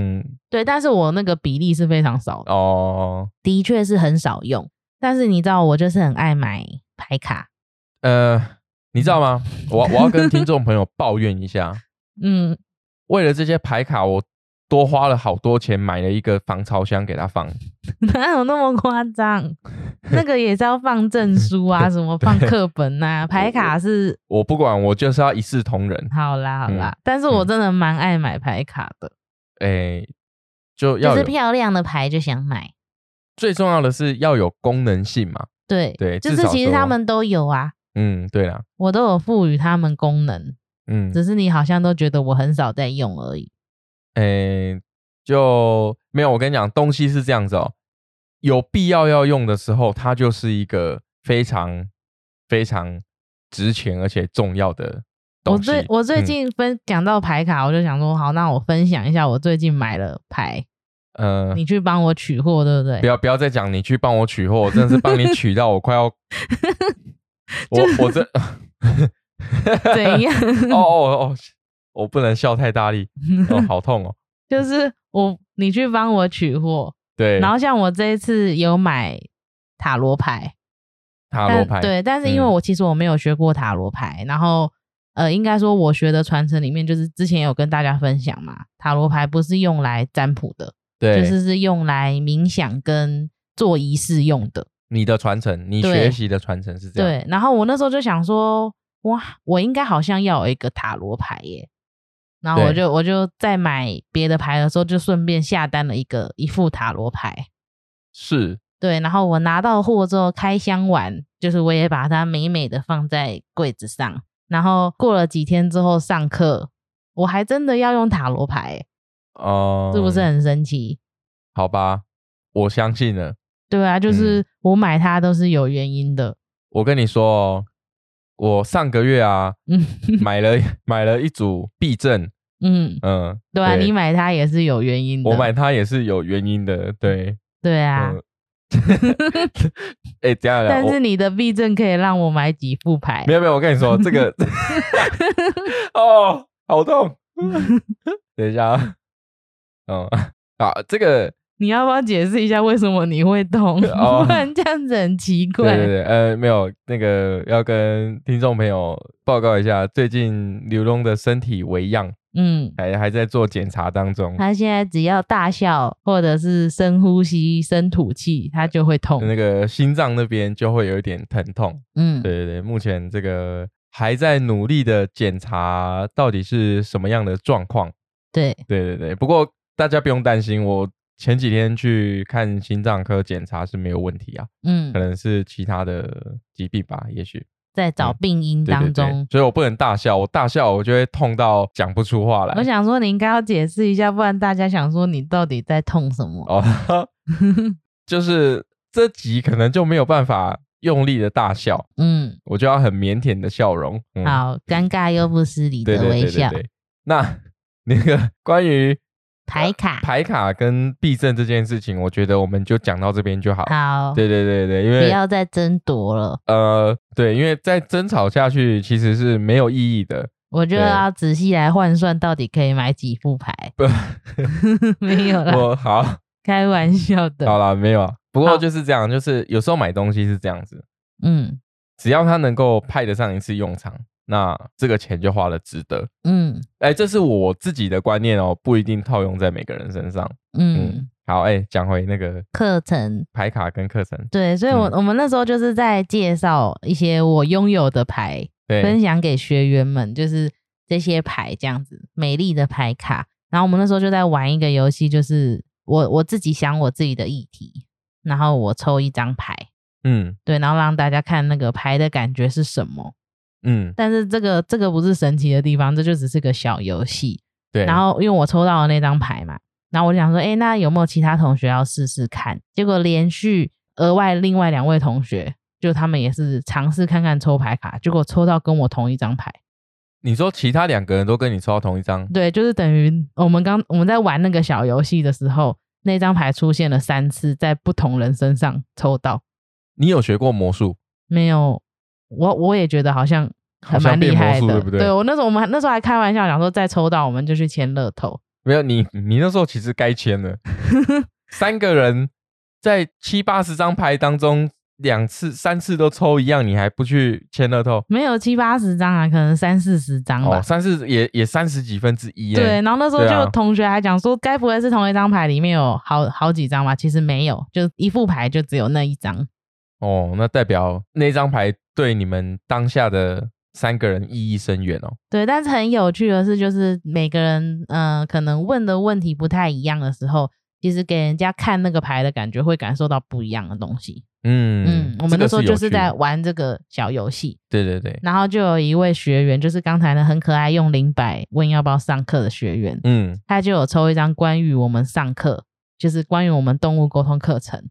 [SPEAKER 2] 对，但是我那个比例是非常少的，
[SPEAKER 1] 哦，
[SPEAKER 2] 的确是很少用。但是你知道，我就是很爱买牌卡，
[SPEAKER 1] 呃，你知道吗？我我要跟听众朋友抱怨一下，
[SPEAKER 2] 嗯，
[SPEAKER 1] 为了这些牌卡，我多花了好多钱买了一个防潮箱给它放。
[SPEAKER 2] 哪有那么夸 张？那个也是要放证书啊，什么放课本呐、牌卡是
[SPEAKER 1] 我不管，我就是要一视同仁，
[SPEAKER 2] 好啦好
[SPEAKER 1] 嗯
[SPEAKER 2] 啦，但是我真的蛮爱买牌卡的，
[SPEAKER 1] 哎、就
[SPEAKER 2] 就
[SPEAKER 1] 要
[SPEAKER 2] 是
[SPEAKER 1] 有
[SPEAKER 2] 漂亮的牌就想买。
[SPEAKER 1] 最重要的是要有功能性嘛。
[SPEAKER 2] 对
[SPEAKER 1] 对
[SPEAKER 2] 就
[SPEAKER 1] 至
[SPEAKER 2] 是
[SPEAKER 1] 少
[SPEAKER 2] 其实
[SPEAKER 1] 说
[SPEAKER 2] 他们都有啊，
[SPEAKER 1] 嗯，对啦，
[SPEAKER 2] 我都有赋予他们功能，
[SPEAKER 1] 嗯，
[SPEAKER 2] 只是你好像都觉得我很少在用而已。
[SPEAKER 1] 哎、就没有。我跟你讲，东西是这样子哦，有必要要用的时候，它就是一个非常非常值钱而且重要的
[SPEAKER 2] 我
[SPEAKER 1] 东西。
[SPEAKER 2] 最我最
[SPEAKER 1] 嗯
[SPEAKER 2] 近分讲到牌卡，我就想说，好，那我分享一下我最近买了牌，
[SPEAKER 1] 呃，
[SPEAKER 2] 你去帮我取货，对不对？
[SPEAKER 1] 不要不要再讲你去帮我取货，我真的是帮你取到我快 要，我我这
[SPEAKER 2] 怎样？
[SPEAKER 1] 哦哦哦，我不能笑太大力，哦好痛哦，
[SPEAKER 2] 就是我你去帮我取货，
[SPEAKER 1] 对，
[SPEAKER 2] 然后像我这一次有买塔罗牌，
[SPEAKER 1] 塔
[SPEAKER 2] 塔
[SPEAKER 1] 罗牌，
[SPEAKER 2] 对，但是因为
[SPEAKER 1] 嗯
[SPEAKER 2] 我其实我没有学过塔罗牌，然后呃，应该说我学的传承里面，就是之前有跟大家分享嘛，塔罗牌不是用来占卜的，
[SPEAKER 1] 对，
[SPEAKER 2] 就是是用来冥想跟做仪式用的。
[SPEAKER 1] 你的传承，你
[SPEAKER 2] 对
[SPEAKER 1] 学习的传承是这样，
[SPEAKER 2] 对，然后我那时候就想说，哇，我应该好像要有一个塔罗牌耶。然后我
[SPEAKER 1] 对
[SPEAKER 2] 就我就在买别的牌的时候，就顺便下单了一个一副塔罗牌。
[SPEAKER 1] 是，
[SPEAKER 2] 对，然后我拿到货之后开箱完，就是我也把它美美的放在柜子上。然后过了几天之后上课，我还真的要用塔罗牌，
[SPEAKER 1] 哦、
[SPEAKER 2] 是不是？很神奇？
[SPEAKER 1] 好吧，我相信了。
[SPEAKER 2] 对啊，
[SPEAKER 1] 嗯
[SPEAKER 2] 就是我买它都是有原因的。
[SPEAKER 1] 我跟你说哦，我上个月啊
[SPEAKER 2] 嗯
[SPEAKER 1] 买了买了一组避震，
[SPEAKER 2] 嗯，
[SPEAKER 1] 嗯，
[SPEAKER 2] 对啊，你买它也是有原因的。
[SPEAKER 1] 我买它也是有原因的，对，
[SPEAKER 2] 对嗯啊，
[SPEAKER 1] 嗯， 哎、等一下，
[SPEAKER 2] 但
[SPEAKER 1] 我
[SPEAKER 2] 是你的避震可以让我买几副牌
[SPEAKER 1] 没。有没有，我跟你说这 个，哦，好痛，等一下啊，嗯啊，这个
[SPEAKER 2] 你要不要解释一下为什么你会 痛？
[SPEAKER 1] 哦
[SPEAKER 2] 不然这样子很奇
[SPEAKER 1] 对
[SPEAKER 2] 怪。
[SPEAKER 1] 对对，呃，没有那个要跟听众朋友报告一下，最近刘龙的身体为恙，
[SPEAKER 2] 嗯，
[SPEAKER 1] 还还在做检查当中，
[SPEAKER 2] 他现在只要大笑或者是深呼吸、深吐气，他就会痛。
[SPEAKER 1] 那个心脏那边就会有一点疼痛。
[SPEAKER 2] 嗯，
[SPEAKER 1] 对对对，目前这个还在努力的检查到底是什么样的状况。
[SPEAKER 2] 对，
[SPEAKER 1] 对对对，不过大家不用担心，我前几天去看心脏科检查是没有问题啊，
[SPEAKER 2] 嗯
[SPEAKER 1] 可，能是其他的疾病吧，也许。
[SPEAKER 2] 在找病因
[SPEAKER 1] 嗯对对
[SPEAKER 2] 当
[SPEAKER 1] 对
[SPEAKER 2] 中，，
[SPEAKER 1] 所以我不能大笑，我大笑我就会痛到讲不出话来。
[SPEAKER 2] 我想说你应该要解释一下，不然大家想说你到底在痛什么？
[SPEAKER 1] 哦，就是这集可能就没有办法用力的大笑，
[SPEAKER 2] 嗯，
[SPEAKER 1] 我就要很腼腆的笑容。嗯、
[SPEAKER 2] 好，尴尬又不失礼
[SPEAKER 1] 对
[SPEAKER 2] 的
[SPEAKER 1] 对
[SPEAKER 2] 微
[SPEAKER 1] 对对
[SPEAKER 2] 笑。
[SPEAKER 1] 对。那那个关于
[SPEAKER 2] 排卡。
[SPEAKER 1] 排卡跟避震这件事情，我觉得我们就讲到这边就好。
[SPEAKER 2] 好，
[SPEAKER 1] 对对对对，因
[SPEAKER 2] 不
[SPEAKER 1] 为
[SPEAKER 2] 要再争夺了，
[SPEAKER 1] 呃，对，因为再争吵下去其实是没有意义的。
[SPEAKER 2] 我就
[SPEAKER 1] 对
[SPEAKER 2] 要仔细来换算到底可以买几副牌。
[SPEAKER 1] 不，
[SPEAKER 2] 没有啦，
[SPEAKER 1] 我好
[SPEAKER 2] 开玩笑的。
[SPEAKER 1] 好啦，没有啊。不
[SPEAKER 2] 好
[SPEAKER 1] 过就是这样，就是有时候买东西是这样子，
[SPEAKER 2] 嗯
[SPEAKER 1] 只要它能够派得上一次用场，那这个钱就花的值得。
[SPEAKER 2] 嗯
[SPEAKER 1] 哎，这是我自己的观念哦，不一定套用在每个人身上。
[SPEAKER 2] 嗯，
[SPEAKER 1] 好，哎，讲回那个
[SPEAKER 2] 课程
[SPEAKER 1] 牌卡跟课程，
[SPEAKER 2] 对，所以我，我、
[SPEAKER 1] 嗯
[SPEAKER 2] 们那时候就是在介绍一些我拥有的牌，分
[SPEAKER 1] 对，
[SPEAKER 2] 享给学员们，就是这些牌这样子美丽的牌卡。然后我们那时候就在玩一个游戏，就是我我自己想我自己的议题，然后我抽一张牌，
[SPEAKER 1] 嗯
[SPEAKER 2] 对，然后让大家看那个牌的感觉是什么。
[SPEAKER 1] 嗯，
[SPEAKER 2] 但是这个这个不是神奇的地方，这就只是个小游戏。
[SPEAKER 1] 对，
[SPEAKER 2] 然后因为我抽到了那张牌嘛，然后我就想说，哎，那有没有其他同学要试试看？结果连续额外另外两位同学，就他们也是尝试看看抽牌卡，结果抽到跟我同一张牌。
[SPEAKER 1] 你说其他两个人都跟你抽到同一张，
[SPEAKER 2] 对，就是等于我们刚我们在玩那个小游戏的时候，那张牌出现了三次，在不同人身上抽到，
[SPEAKER 1] 你有学过魔术？
[SPEAKER 2] 没有，我我也觉得好像。还
[SPEAKER 1] 好像
[SPEAKER 2] 蛮厉
[SPEAKER 1] 变魔
[SPEAKER 2] 害
[SPEAKER 1] 术
[SPEAKER 2] 的，
[SPEAKER 1] 对不对
[SPEAKER 2] 我那时候我们还那时候还开玩笑，想说再抽到我们就去签乐透，
[SPEAKER 1] 没有，你你那时候其实该签 了。三个人在七八十张牌当中，两次、三次都抽一样，你还不去签乐透？
[SPEAKER 2] 没有七八十张啊，可能三四十张吧。
[SPEAKER 1] 哦，三四也也三十几分之一耶。
[SPEAKER 2] 对，，然后那时候
[SPEAKER 1] 对
[SPEAKER 2] 就
[SPEAKER 1] 啊
[SPEAKER 2] 有同学还讲说，该不会是同一张牌里面有好好几张吧？其实没有，就一副牌就只有那一张。
[SPEAKER 1] 哦，那代表那张牌对你们当下的三个人意义深远哦。
[SPEAKER 2] 对，但是很有趣的是，就是每个人嗯、呃可能问的问题不太一样的时候，其实给人家看那个牌的感觉会感受到不一样的东西。嗯
[SPEAKER 1] 嗯，
[SPEAKER 2] 我们那时候
[SPEAKER 1] 这个
[SPEAKER 2] 就是
[SPEAKER 1] 有趣
[SPEAKER 2] 在玩这个小游戏，
[SPEAKER 1] 对对对，
[SPEAKER 2] 然后就有一位学员，就是刚才呢很可爱用零百问要不要上课的学员，
[SPEAKER 1] 嗯，
[SPEAKER 2] 他就有抽一张关于我们上课，就是关于我们动物沟通课程。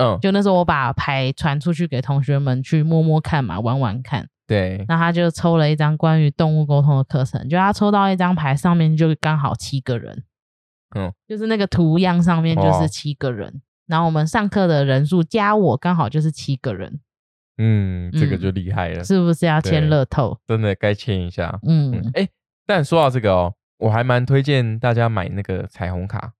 [SPEAKER 1] 嗯，
[SPEAKER 2] 就那时候我把牌传出去给同学们去摸摸看嘛，玩玩看。
[SPEAKER 1] 对，
[SPEAKER 2] 那他就抽了一张关于动物沟通的课程，就他抽到一张牌，上面就刚好七个人，
[SPEAKER 1] 嗯，
[SPEAKER 2] 就是那个图样上面就
[SPEAKER 1] 哇
[SPEAKER 2] 是七个人。然后我们上课的人数加我刚好就是七个人，
[SPEAKER 1] 嗯，这个
[SPEAKER 2] 嗯
[SPEAKER 1] 就厉害了，
[SPEAKER 2] 是不是要签
[SPEAKER 1] 对
[SPEAKER 2] 乐透？
[SPEAKER 1] 真的该签一下。嗯
[SPEAKER 2] 嗯，，
[SPEAKER 1] 哎、但说到这个哦，我还蛮推荐大家买那个彩虹卡。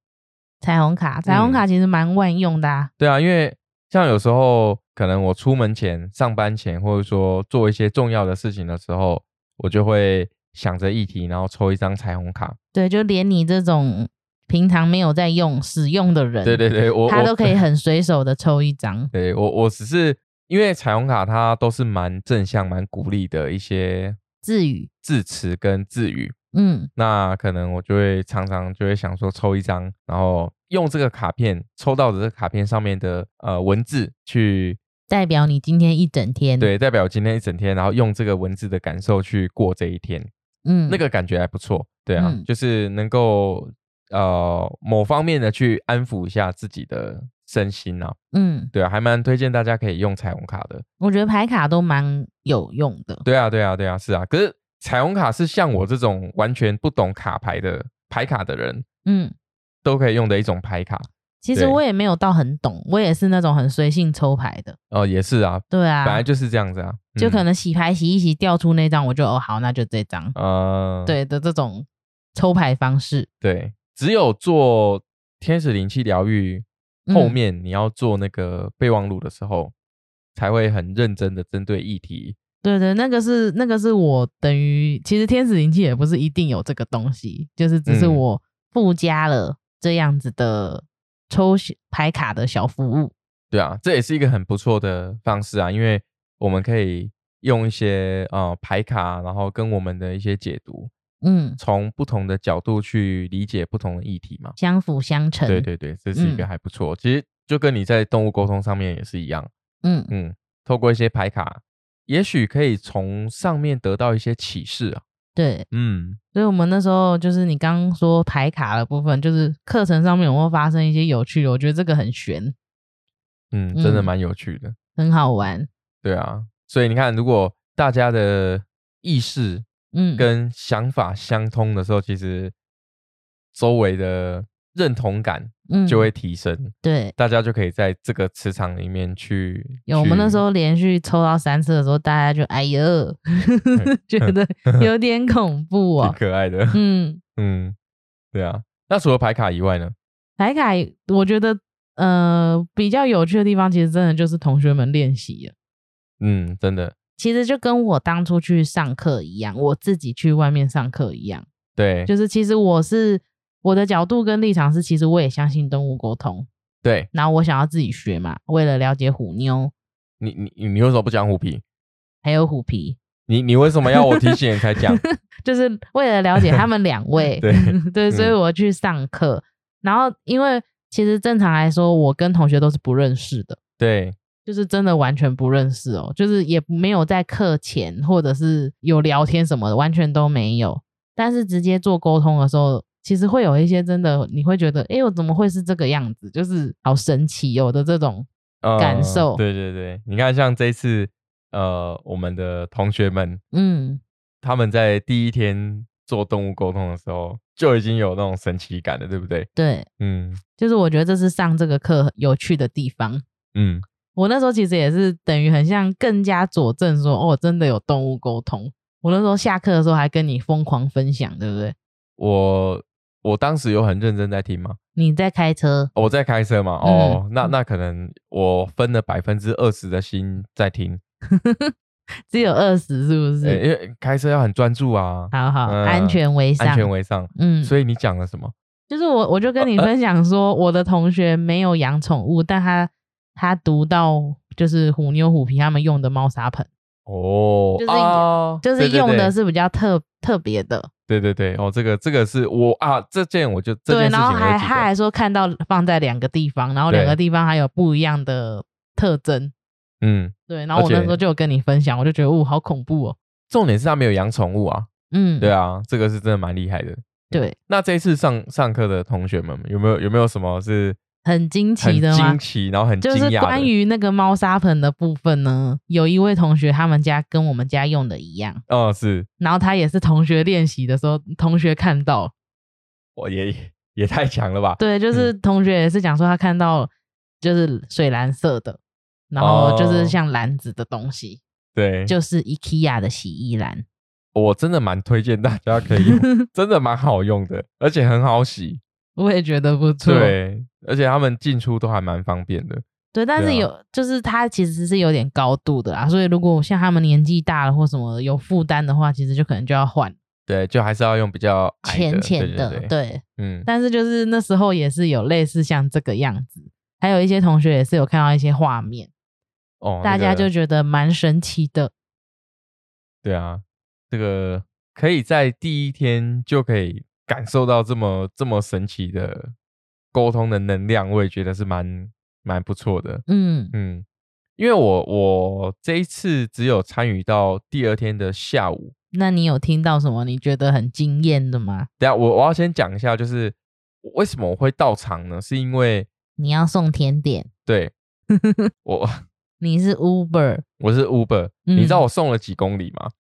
[SPEAKER 2] 彩虹卡，彩虹
[SPEAKER 1] 嗯
[SPEAKER 2] 卡其实蛮万用的、啊。
[SPEAKER 1] 对啊，因为像有时候可能我出门前、上班前，或者说做一些重要的事情的时候，我就会想着议题，然后抽一张彩虹卡。
[SPEAKER 2] 对，就连你这种平常没有在用使用的人，
[SPEAKER 1] 对对对，我
[SPEAKER 2] 他
[SPEAKER 1] 我
[SPEAKER 2] 都可以很随手的抽一张。
[SPEAKER 1] 对我我只是因为彩虹卡它都是蛮正向、蛮鼓励的一些
[SPEAKER 2] 自语，
[SPEAKER 1] 字词跟字语，
[SPEAKER 2] 嗯，
[SPEAKER 1] 那可能我就会常常就会想说抽一张，然后用这个卡片抽到的这个卡片上面的呃文字去
[SPEAKER 2] 代表你今天一整天。，
[SPEAKER 1] 对代表我今天一整天，然后用这个文字的感受去过这一天，
[SPEAKER 2] 嗯，
[SPEAKER 1] 那个感觉还不错。对啊，
[SPEAKER 2] 嗯
[SPEAKER 1] 就是能够呃某方面的去安抚一下自己的身心啊。
[SPEAKER 2] 嗯，
[SPEAKER 1] 对啊，还蛮推荐大家可以用彩虹卡的。
[SPEAKER 2] 我觉得牌卡都蛮有用的。
[SPEAKER 1] 对啊，对啊，对啊，是啊。可是彩虹卡是像我这种完全不懂卡牌的牌卡的人
[SPEAKER 2] 嗯，
[SPEAKER 1] 都可以用的一种牌卡。
[SPEAKER 2] 其实
[SPEAKER 1] 对
[SPEAKER 2] 我也没有到很懂，我也是那种很随性抽牌的。
[SPEAKER 1] 哦、也是啊，
[SPEAKER 2] 对啊，
[SPEAKER 1] 本来就是这样子啊，
[SPEAKER 2] 就可
[SPEAKER 1] 能
[SPEAKER 2] 能洗牌洗一洗掉出那张，我就哦好，那就这张。
[SPEAKER 1] 呃，
[SPEAKER 2] 对的，这种抽牌方式。
[SPEAKER 1] 对，只有做天使灵气疗愈
[SPEAKER 2] 嗯
[SPEAKER 1] 后面，你要做那个备忘录的时候，才会很认真的针对议题。
[SPEAKER 2] 对对，那个是那个是我等于其实天使灵气也不是一定有这个东西，就是只是
[SPEAKER 1] 嗯
[SPEAKER 2] 我附加了这样子的抽牌卡的小服务。
[SPEAKER 1] 对啊，这也是一个很不错的方式啊，因为我们可以用一些呃牌卡，然后跟我们的一些解读，
[SPEAKER 2] 嗯，
[SPEAKER 1] 从不同的角度去理解不同的议题嘛。
[SPEAKER 2] 相辅相成。
[SPEAKER 1] 对对对，这是一个
[SPEAKER 2] 嗯
[SPEAKER 1] 还不错。其实就跟你在动物沟通上面也是一样。
[SPEAKER 2] 嗯，
[SPEAKER 1] 嗯，透过一些牌卡，也许可以从上面得到一些启示啊。
[SPEAKER 2] 对，
[SPEAKER 1] 嗯，
[SPEAKER 2] 所以我们那时候就是你刚刚说排卡的部分，就是课程上面有没有发生一些有趣的？我觉得这个很悬，
[SPEAKER 1] 嗯，真的
[SPEAKER 2] 嗯
[SPEAKER 1] 蛮有趣的。
[SPEAKER 2] 很好玩。
[SPEAKER 1] 对啊，所以你看，如果大家的意识
[SPEAKER 2] 嗯，
[SPEAKER 1] 跟想法相通的时候，其实周围的认同感
[SPEAKER 2] 嗯，
[SPEAKER 1] 就会提升，
[SPEAKER 2] 对。
[SPEAKER 1] 大家就可以在这个磁场里面去。
[SPEAKER 2] 有我们那时候连续抽到三次的时候，大家就哎呦， 觉得有点恐怖
[SPEAKER 1] 挺
[SPEAKER 2] 哦。
[SPEAKER 1] 可爱的，
[SPEAKER 2] 嗯，
[SPEAKER 1] 嗯，对啊。那除了牌卡以外呢？
[SPEAKER 2] 牌卡，我觉得呃比较有趣的地方，其实真的就是同学们练习了。
[SPEAKER 1] 嗯，真的，
[SPEAKER 2] 其实就跟我当初去上课一样，我自己去外面上课一样，
[SPEAKER 1] 对
[SPEAKER 2] 就是其实我是我的角度跟立场是，其实我也相信动物沟通，
[SPEAKER 1] 对，
[SPEAKER 2] 然后我想要自己学嘛，为了了解虎妞
[SPEAKER 1] 你你你你为什么不讲虎皮？
[SPEAKER 2] 还有虎皮，
[SPEAKER 1] 你你为什么要我提醒你才 讲？
[SPEAKER 2] 就是为了了解他们两位，
[SPEAKER 1] 对
[SPEAKER 2] 对，所以我去上课。然后因为其实正常来说，我跟同学都是不认识的，
[SPEAKER 1] 对，
[SPEAKER 2] 就是真的完全不认识哦，就是也没有在课前或者是有聊天什么的，完全都没有。但是直接做沟通的时候，其实会有一些真的你会觉得，诶，我怎么会是这个样子？就是好神奇哦的这种，
[SPEAKER 1] 呃
[SPEAKER 2] 感受
[SPEAKER 1] 对对对，你看像这一次，呃，我们的同学们
[SPEAKER 2] 嗯，
[SPEAKER 1] 他们在第一天做动物沟通的时候，就已经有那种神奇感了，对不对？
[SPEAKER 2] 对，
[SPEAKER 1] 嗯
[SPEAKER 2] 就是我觉得这是上这个课有趣的地方。
[SPEAKER 1] 嗯，
[SPEAKER 2] 我那时候其实也是等于很像更加佐证说，哦，真的有动物沟通。我那时候下课的时候还跟你疯狂分享，对不对？
[SPEAKER 1] 我我当时有很认真在听吗？
[SPEAKER 2] 你在开车，
[SPEAKER 1] 我在开车嘛，哦，
[SPEAKER 2] 嗯
[SPEAKER 1] 那那可能我分了百分之二十的心在听，
[SPEAKER 2] 只有二十是不是？
[SPEAKER 1] 呃因为开车要很专注啊，
[SPEAKER 2] 好好，
[SPEAKER 1] 嗯
[SPEAKER 2] 安全为上，
[SPEAKER 1] 安全为上。
[SPEAKER 2] 嗯，
[SPEAKER 1] 所以你讲了什么？
[SPEAKER 2] 就是我我就跟你分享说，我的同学没有养宠物，但他他读到就是虎妞虎皮他们用的猫砂盆，
[SPEAKER 1] 哦，
[SPEAKER 2] 就是
[SPEAKER 1] 啊
[SPEAKER 2] 就是用的
[SPEAKER 1] 对
[SPEAKER 2] 是比较特特别的，
[SPEAKER 1] 对对对，哦，这个这个是我啊，这件我就这件
[SPEAKER 2] 对，
[SPEAKER 1] 事情
[SPEAKER 2] 然后还
[SPEAKER 1] 我就记
[SPEAKER 2] 他
[SPEAKER 1] 得，
[SPEAKER 2] 还说看到放在两个地方，然后
[SPEAKER 1] 对
[SPEAKER 2] 两个地方还有不一样的特征，
[SPEAKER 1] 嗯，
[SPEAKER 2] 对，然后我那
[SPEAKER 1] 而且
[SPEAKER 2] 时候就有跟你分享，我就觉得哦，好恐怖哦，
[SPEAKER 1] 重点是他没有养宠物啊，
[SPEAKER 2] 嗯，
[SPEAKER 1] 对啊，这个是真的蛮厉害的。
[SPEAKER 2] 对，
[SPEAKER 1] 那这一次上上课的同学们有没有有没有什么是
[SPEAKER 2] 很
[SPEAKER 1] 很
[SPEAKER 2] 惊奇的吗
[SPEAKER 1] 惊？奇，然后很惊
[SPEAKER 2] 就是
[SPEAKER 1] 讶的？
[SPEAKER 2] 关于那个猫砂盆的部分呢，有一位同学他们家跟我们家用的一样，
[SPEAKER 1] 哦，是
[SPEAKER 2] 然后他也是同学练习的时候，同学看到，
[SPEAKER 1] 我也也太强了吧？
[SPEAKER 2] 对，就是
[SPEAKER 1] 嗯
[SPEAKER 2] 同学也是讲说他看到就是水蓝色的，然后就是
[SPEAKER 1] 哦
[SPEAKER 2] 像篮子的东西，
[SPEAKER 1] 对，
[SPEAKER 2] 就是 IKEA 的洗衣篮，
[SPEAKER 1] 我真的蛮推荐大家可以 用，真的蛮好用的，而且很好洗。
[SPEAKER 2] 我也觉得不错，
[SPEAKER 1] 对，而且他们进出都还蛮方便的。
[SPEAKER 2] 对，但是
[SPEAKER 1] 对啊
[SPEAKER 2] 有、就是它其实是有点高度的啦，所以如果像他们年纪大了或什么有负担的话，其实就可能就要换
[SPEAKER 1] 对，就还是要用比较矮的
[SPEAKER 2] 浅浅的，
[SPEAKER 1] 对对对，
[SPEAKER 2] 对。
[SPEAKER 1] 嗯，
[SPEAKER 2] 但是就是那时候也是有类似像这个样子，还有一些同学也是有看到一些画面，
[SPEAKER 1] 哦，
[SPEAKER 2] 大
[SPEAKER 1] 那
[SPEAKER 2] 家
[SPEAKER 1] 个
[SPEAKER 2] 就觉得蛮神奇的。
[SPEAKER 1] 对啊，这个可以在第一天就可以感受到这么这么神奇的沟通的能量，我也觉得是蛮蛮不错的。
[SPEAKER 2] 嗯
[SPEAKER 1] 嗯，因为我我这一次只有参与到第二天的下午，
[SPEAKER 2] 那你有听到什么你觉得很惊艳的吗？
[SPEAKER 1] 等一下我我要先讲一下，就是为什么我会到场呢？是因为
[SPEAKER 2] 你要送甜点，
[SPEAKER 1] 对我
[SPEAKER 2] 你是 Uber
[SPEAKER 1] 我是 Uber，、你
[SPEAKER 2] 嗯
[SPEAKER 1] 知道我送了几公里吗？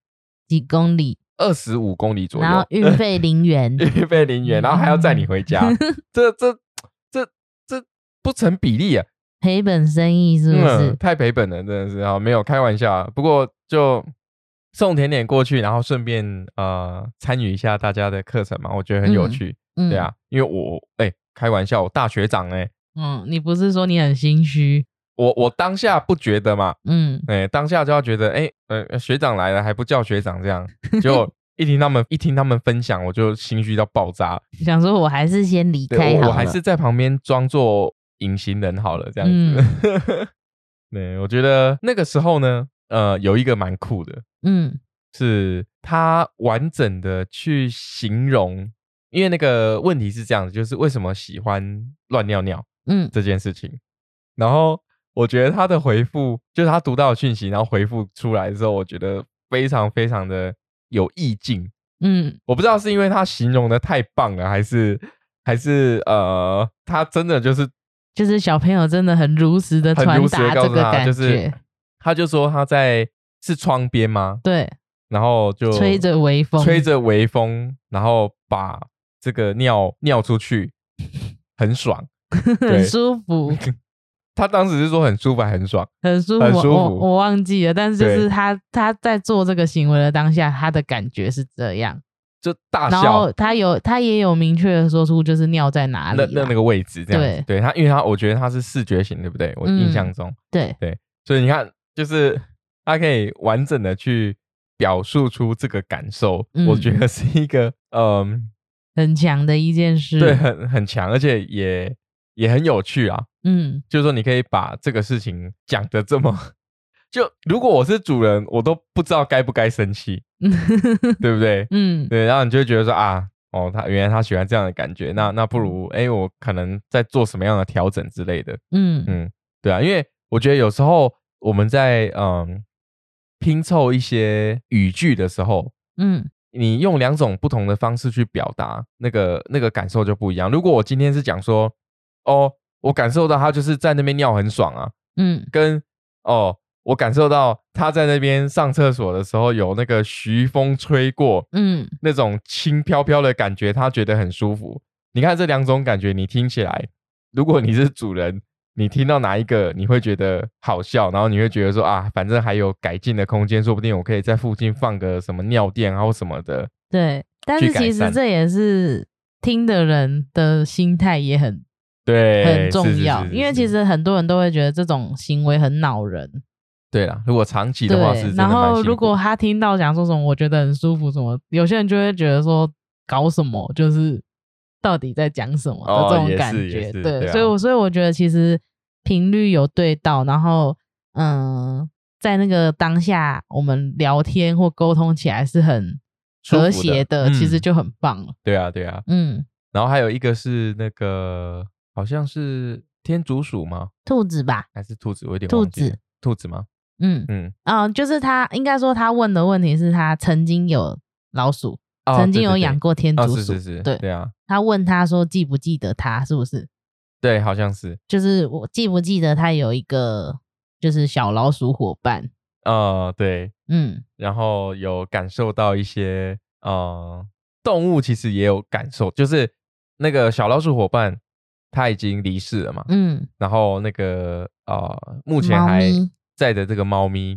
[SPEAKER 2] 几公里，
[SPEAKER 1] 二十五公里左右，，
[SPEAKER 2] 然后运费零 元
[SPEAKER 1] 运费零元，然后还要载
[SPEAKER 2] 嗯
[SPEAKER 1] 你回家，这这这这不成比例啊！
[SPEAKER 2] 赔本生意是不是？
[SPEAKER 1] 嗯，太赔本了，真的是啊，没有开玩笑啊。不过就送甜点过去，然后顺便呃参与一下大家的课程嘛，我觉得很有
[SPEAKER 2] 嗯
[SPEAKER 1] 趣。
[SPEAKER 2] 嗯，
[SPEAKER 1] 对啊，因为我哎、开玩笑，我大学长哎、
[SPEAKER 2] 嗯，你不是说你很心虚？
[SPEAKER 1] 我我当下不觉得嘛，
[SPEAKER 2] 嗯，
[SPEAKER 1] 哎、当下就要觉得，哎、呃，学长来了还不叫学长这样， 就一听他们一听他们分享，我就心虚到爆炸。
[SPEAKER 2] 想说我还是先离
[SPEAKER 1] 对
[SPEAKER 2] 开好
[SPEAKER 1] 我，
[SPEAKER 2] 了。
[SPEAKER 1] 我还是在旁边装作隐形人好了，这样
[SPEAKER 2] 嗯
[SPEAKER 1] 子。对，我觉得那个时候呢，呃，有一个蛮酷的，
[SPEAKER 2] 嗯
[SPEAKER 1] 是他完整的去形容，因为那个问题是这样子，就是为什么喜欢乱尿尿
[SPEAKER 2] 嗯
[SPEAKER 1] 这件事情，然后。我觉得他的回复，就是他读到的讯息，然后回复出来之后，我觉得非常非常的有意境。
[SPEAKER 2] 嗯
[SPEAKER 1] 我不知道是因为他形容的太棒了，还是还是呃，他真的就是
[SPEAKER 2] 就是小朋友真的很如实的
[SPEAKER 1] 很
[SPEAKER 2] 传
[SPEAKER 1] 如实的告
[SPEAKER 2] 达这
[SPEAKER 1] 诉
[SPEAKER 2] 个
[SPEAKER 1] 他，
[SPEAKER 2] 感觉，
[SPEAKER 1] 就是他就说他在是窗边吗？
[SPEAKER 2] 对，
[SPEAKER 1] 然后就
[SPEAKER 2] 吹着微风，
[SPEAKER 1] 吹着微风，然后把这个尿尿出去很爽，对
[SPEAKER 2] 很舒 服，
[SPEAKER 1] 他当时是说很舒服还很爽，
[SPEAKER 2] 很舒服，
[SPEAKER 1] 很舒服
[SPEAKER 2] 我我忘记了，但是就
[SPEAKER 1] 对
[SPEAKER 2] 是他他在做这个行为的当下，他的感觉是这样，
[SPEAKER 1] 就大
[SPEAKER 2] 然
[SPEAKER 1] 笑
[SPEAKER 2] 后他有他也有明确的说出就是尿在哪里
[SPEAKER 1] 那
[SPEAKER 2] 啦，
[SPEAKER 1] 那那个位置这样子
[SPEAKER 2] 对。
[SPEAKER 1] 对他，因为他我觉得他是视觉型，对不对？我印象
[SPEAKER 2] 嗯
[SPEAKER 1] 中，
[SPEAKER 2] 对
[SPEAKER 1] 所以你看， 就是他可以完整的去表述出这个感受，我
[SPEAKER 2] 嗯
[SPEAKER 1] 觉得是一个嗯，
[SPEAKER 2] 很强的一件事，
[SPEAKER 1] 对，很很强，而且也也很有趣啊。
[SPEAKER 2] 嗯
[SPEAKER 1] 就是说，你可以把这个事情讲的这么，就如果我是主人，我都不知道该不该生气，对不对？
[SPEAKER 2] 嗯
[SPEAKER 1] 对，然后你就会觉得说啊，哦，他原来他喜欢这样的感觉，那那不如哎，我可能在做什么样的调整之类的。
[SPEAKER 2] 嗯
[SPEAKER 1] 嗯，对啊，因为我觉得有时候我们在嗯拼凑一些语句的时候，
[SPEAKER 2] 嗯
[SPEAKER 1] 你用两种不同的方式去表达，那个那个感受就不一样。如果我今天是讲说，哦，我感受到他就是在那边尿很爽啊，
[SPEAKER 2] 嗯
[SPEAKER 1] 跟哦，我感受到他在那边上厕所的时候有那个徐风吹过
[SPEAKER 2] 嗯，
[SPEAKER 1] 那种轻飘飘的感觉，他觉得很舒服。你看这两种感觉，你听起来，如果你是主人，你听到哪一个你会觉得好笑，然后你会觉得说啊，反正还有改进的空间，说不定我可以在附近放个什么尿垫啊或什么的。
[SPEAKER 2] 对，但
[SPEAKER 1] 去
[SPEAKER 2] 是
[SPEAKER 1] 改
[SPEAKER 2] 其实
[SPEAKER 1] 善
[SPEAKER 2] 这也是听的人的心态也很
[SPEAKER 1] 对，
[SPEAKER 2] 很
[SPEAKER 1] 哎是
[SPEAKER 2] 重
[SPEAKER 1] 是
[SPEAKER 2] 要，
[SPEAKER 1] 是是
[SPEAKER 2] 因为
[SPEAKER 1] 是
[SPEAKER 2] 其实很多人都会觉得这种行为很恼人。
[SPEAKER 1] 对啦，如果长期的话是
[SPEAKER 2] 对
[SPEAKER 1] 真，的
[SPEAKER 2] 然
[SPEAKER 1] 蛮辛苦的，
[SPEAKER 2] 后如果他听到讲说什么，我觉得很舒服什么，有些人就会觉得说搞什么，就是到底在讲什么
[SPEAKER 1] 哦
[SPEAKER 2] 的这
[SPEAKER 1] 也是
[SPEAKER 2] 种感
[SPEAKER 1] 也
[SPEAKER 2] 觉。
[SPEAKER 1] 是
[SPEAKER 2] 对，
[SPEAKER 1] 对啊
[SPEAKER 2] 所以我所以我觉得其实频率有对到，然后嗯，在那个当下我们聊天或沟通起来是很
[SPEAKER 1] 舒服
[SPEAKER 2] 和
[SPEAKER 1] 的
[SPEAKER 2] 谐的，其实
[SPEAKER 1] 嗯
[SPEAKER 2] 就很棒了。
[SPEAKER 1] 对啊对啊，
[SPEAKER 2] 嗯，
[SPEAKER 1] 然后还有一个是那个好像是天竺鼠吗？
[SPEAKER 2] 兔子吧，
[SPEAKER 1] 还是兔子？我有点
[SPEAKER 2] 兔
[SPEAKER 1] 忘记了
[SPEAKER 2] 子，
[SPEAKER 1] 兔子吗？
[SPEAKER 2] 嗯
[SPEAKER 1] 嗯，
[SPEAKER 2] 嗯，就是他应该说他问的问题是他曾经有老鼠，
[SPEAKER 1] 哦
[SPEAKER 2] 曾
[SPEAKER 1] 对
[SPEAKER 2] 经
[SPEAKER 1] 对
[SPEAKER 2] 有
[SPEAKER 1] 对
[SPEAKER 2] 养过天
[SPEAKER 1] 哦，
[SPEAKER 2] 竺
[SPEAKER 1] 是
[SPEAKER 2] 鼠，
[SPEAKER 1] 是是，
[SPEAKER 2] 对
[SPEAKER 1] 对啊，
[SPEAKER 2] 他问他说记不记得他是不是？
[SPEAKER 1] 对，好像是，
[SPEAKER 2] 就是我记不记得他有一个就是小老鼠伙伴，
[SPEAKER 1] 呃，对，
[SPEAKER 2] 嗯
[SPEAKER 1] 然后有感受到一些，呃，动物其实也有感受，就是那个小老鼠伙伴他已经离世了嘛，
[SPEAKER 2] 嗯
[SPEAKER 1] 然后那个呃，目前
[SPEAKER 2] 猫
[SPEAKER 1] 还
[SPEAKER 2] 咪
[SPEAKER 1] 在的这个猫咪，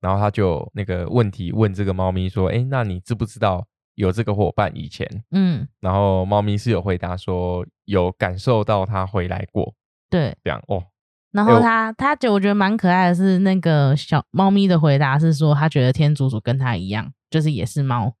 [SPEAKER 1] 然后他就有那个问题问这个猫咪说：“哎，那你知不知道有这个伙伴以前？”
[SPEAKER 2] 嗯，
[SPEAKER 1] 然后猫咪是有回答说有感受到他回来过，
[SPEAKER 2] 对。
[SPEAKER 1] 这样哦，
[SPEAKER 2] 然
[SPEAKER 1] 哎
[SPEAKER 2] 后
[SPEAKER 1] 我
[SPEAKER 2] 他他就我觉得蛮可爱的是那个小猫咪的回答是说他觉得天竺鼠跟他一样，就是也是猫，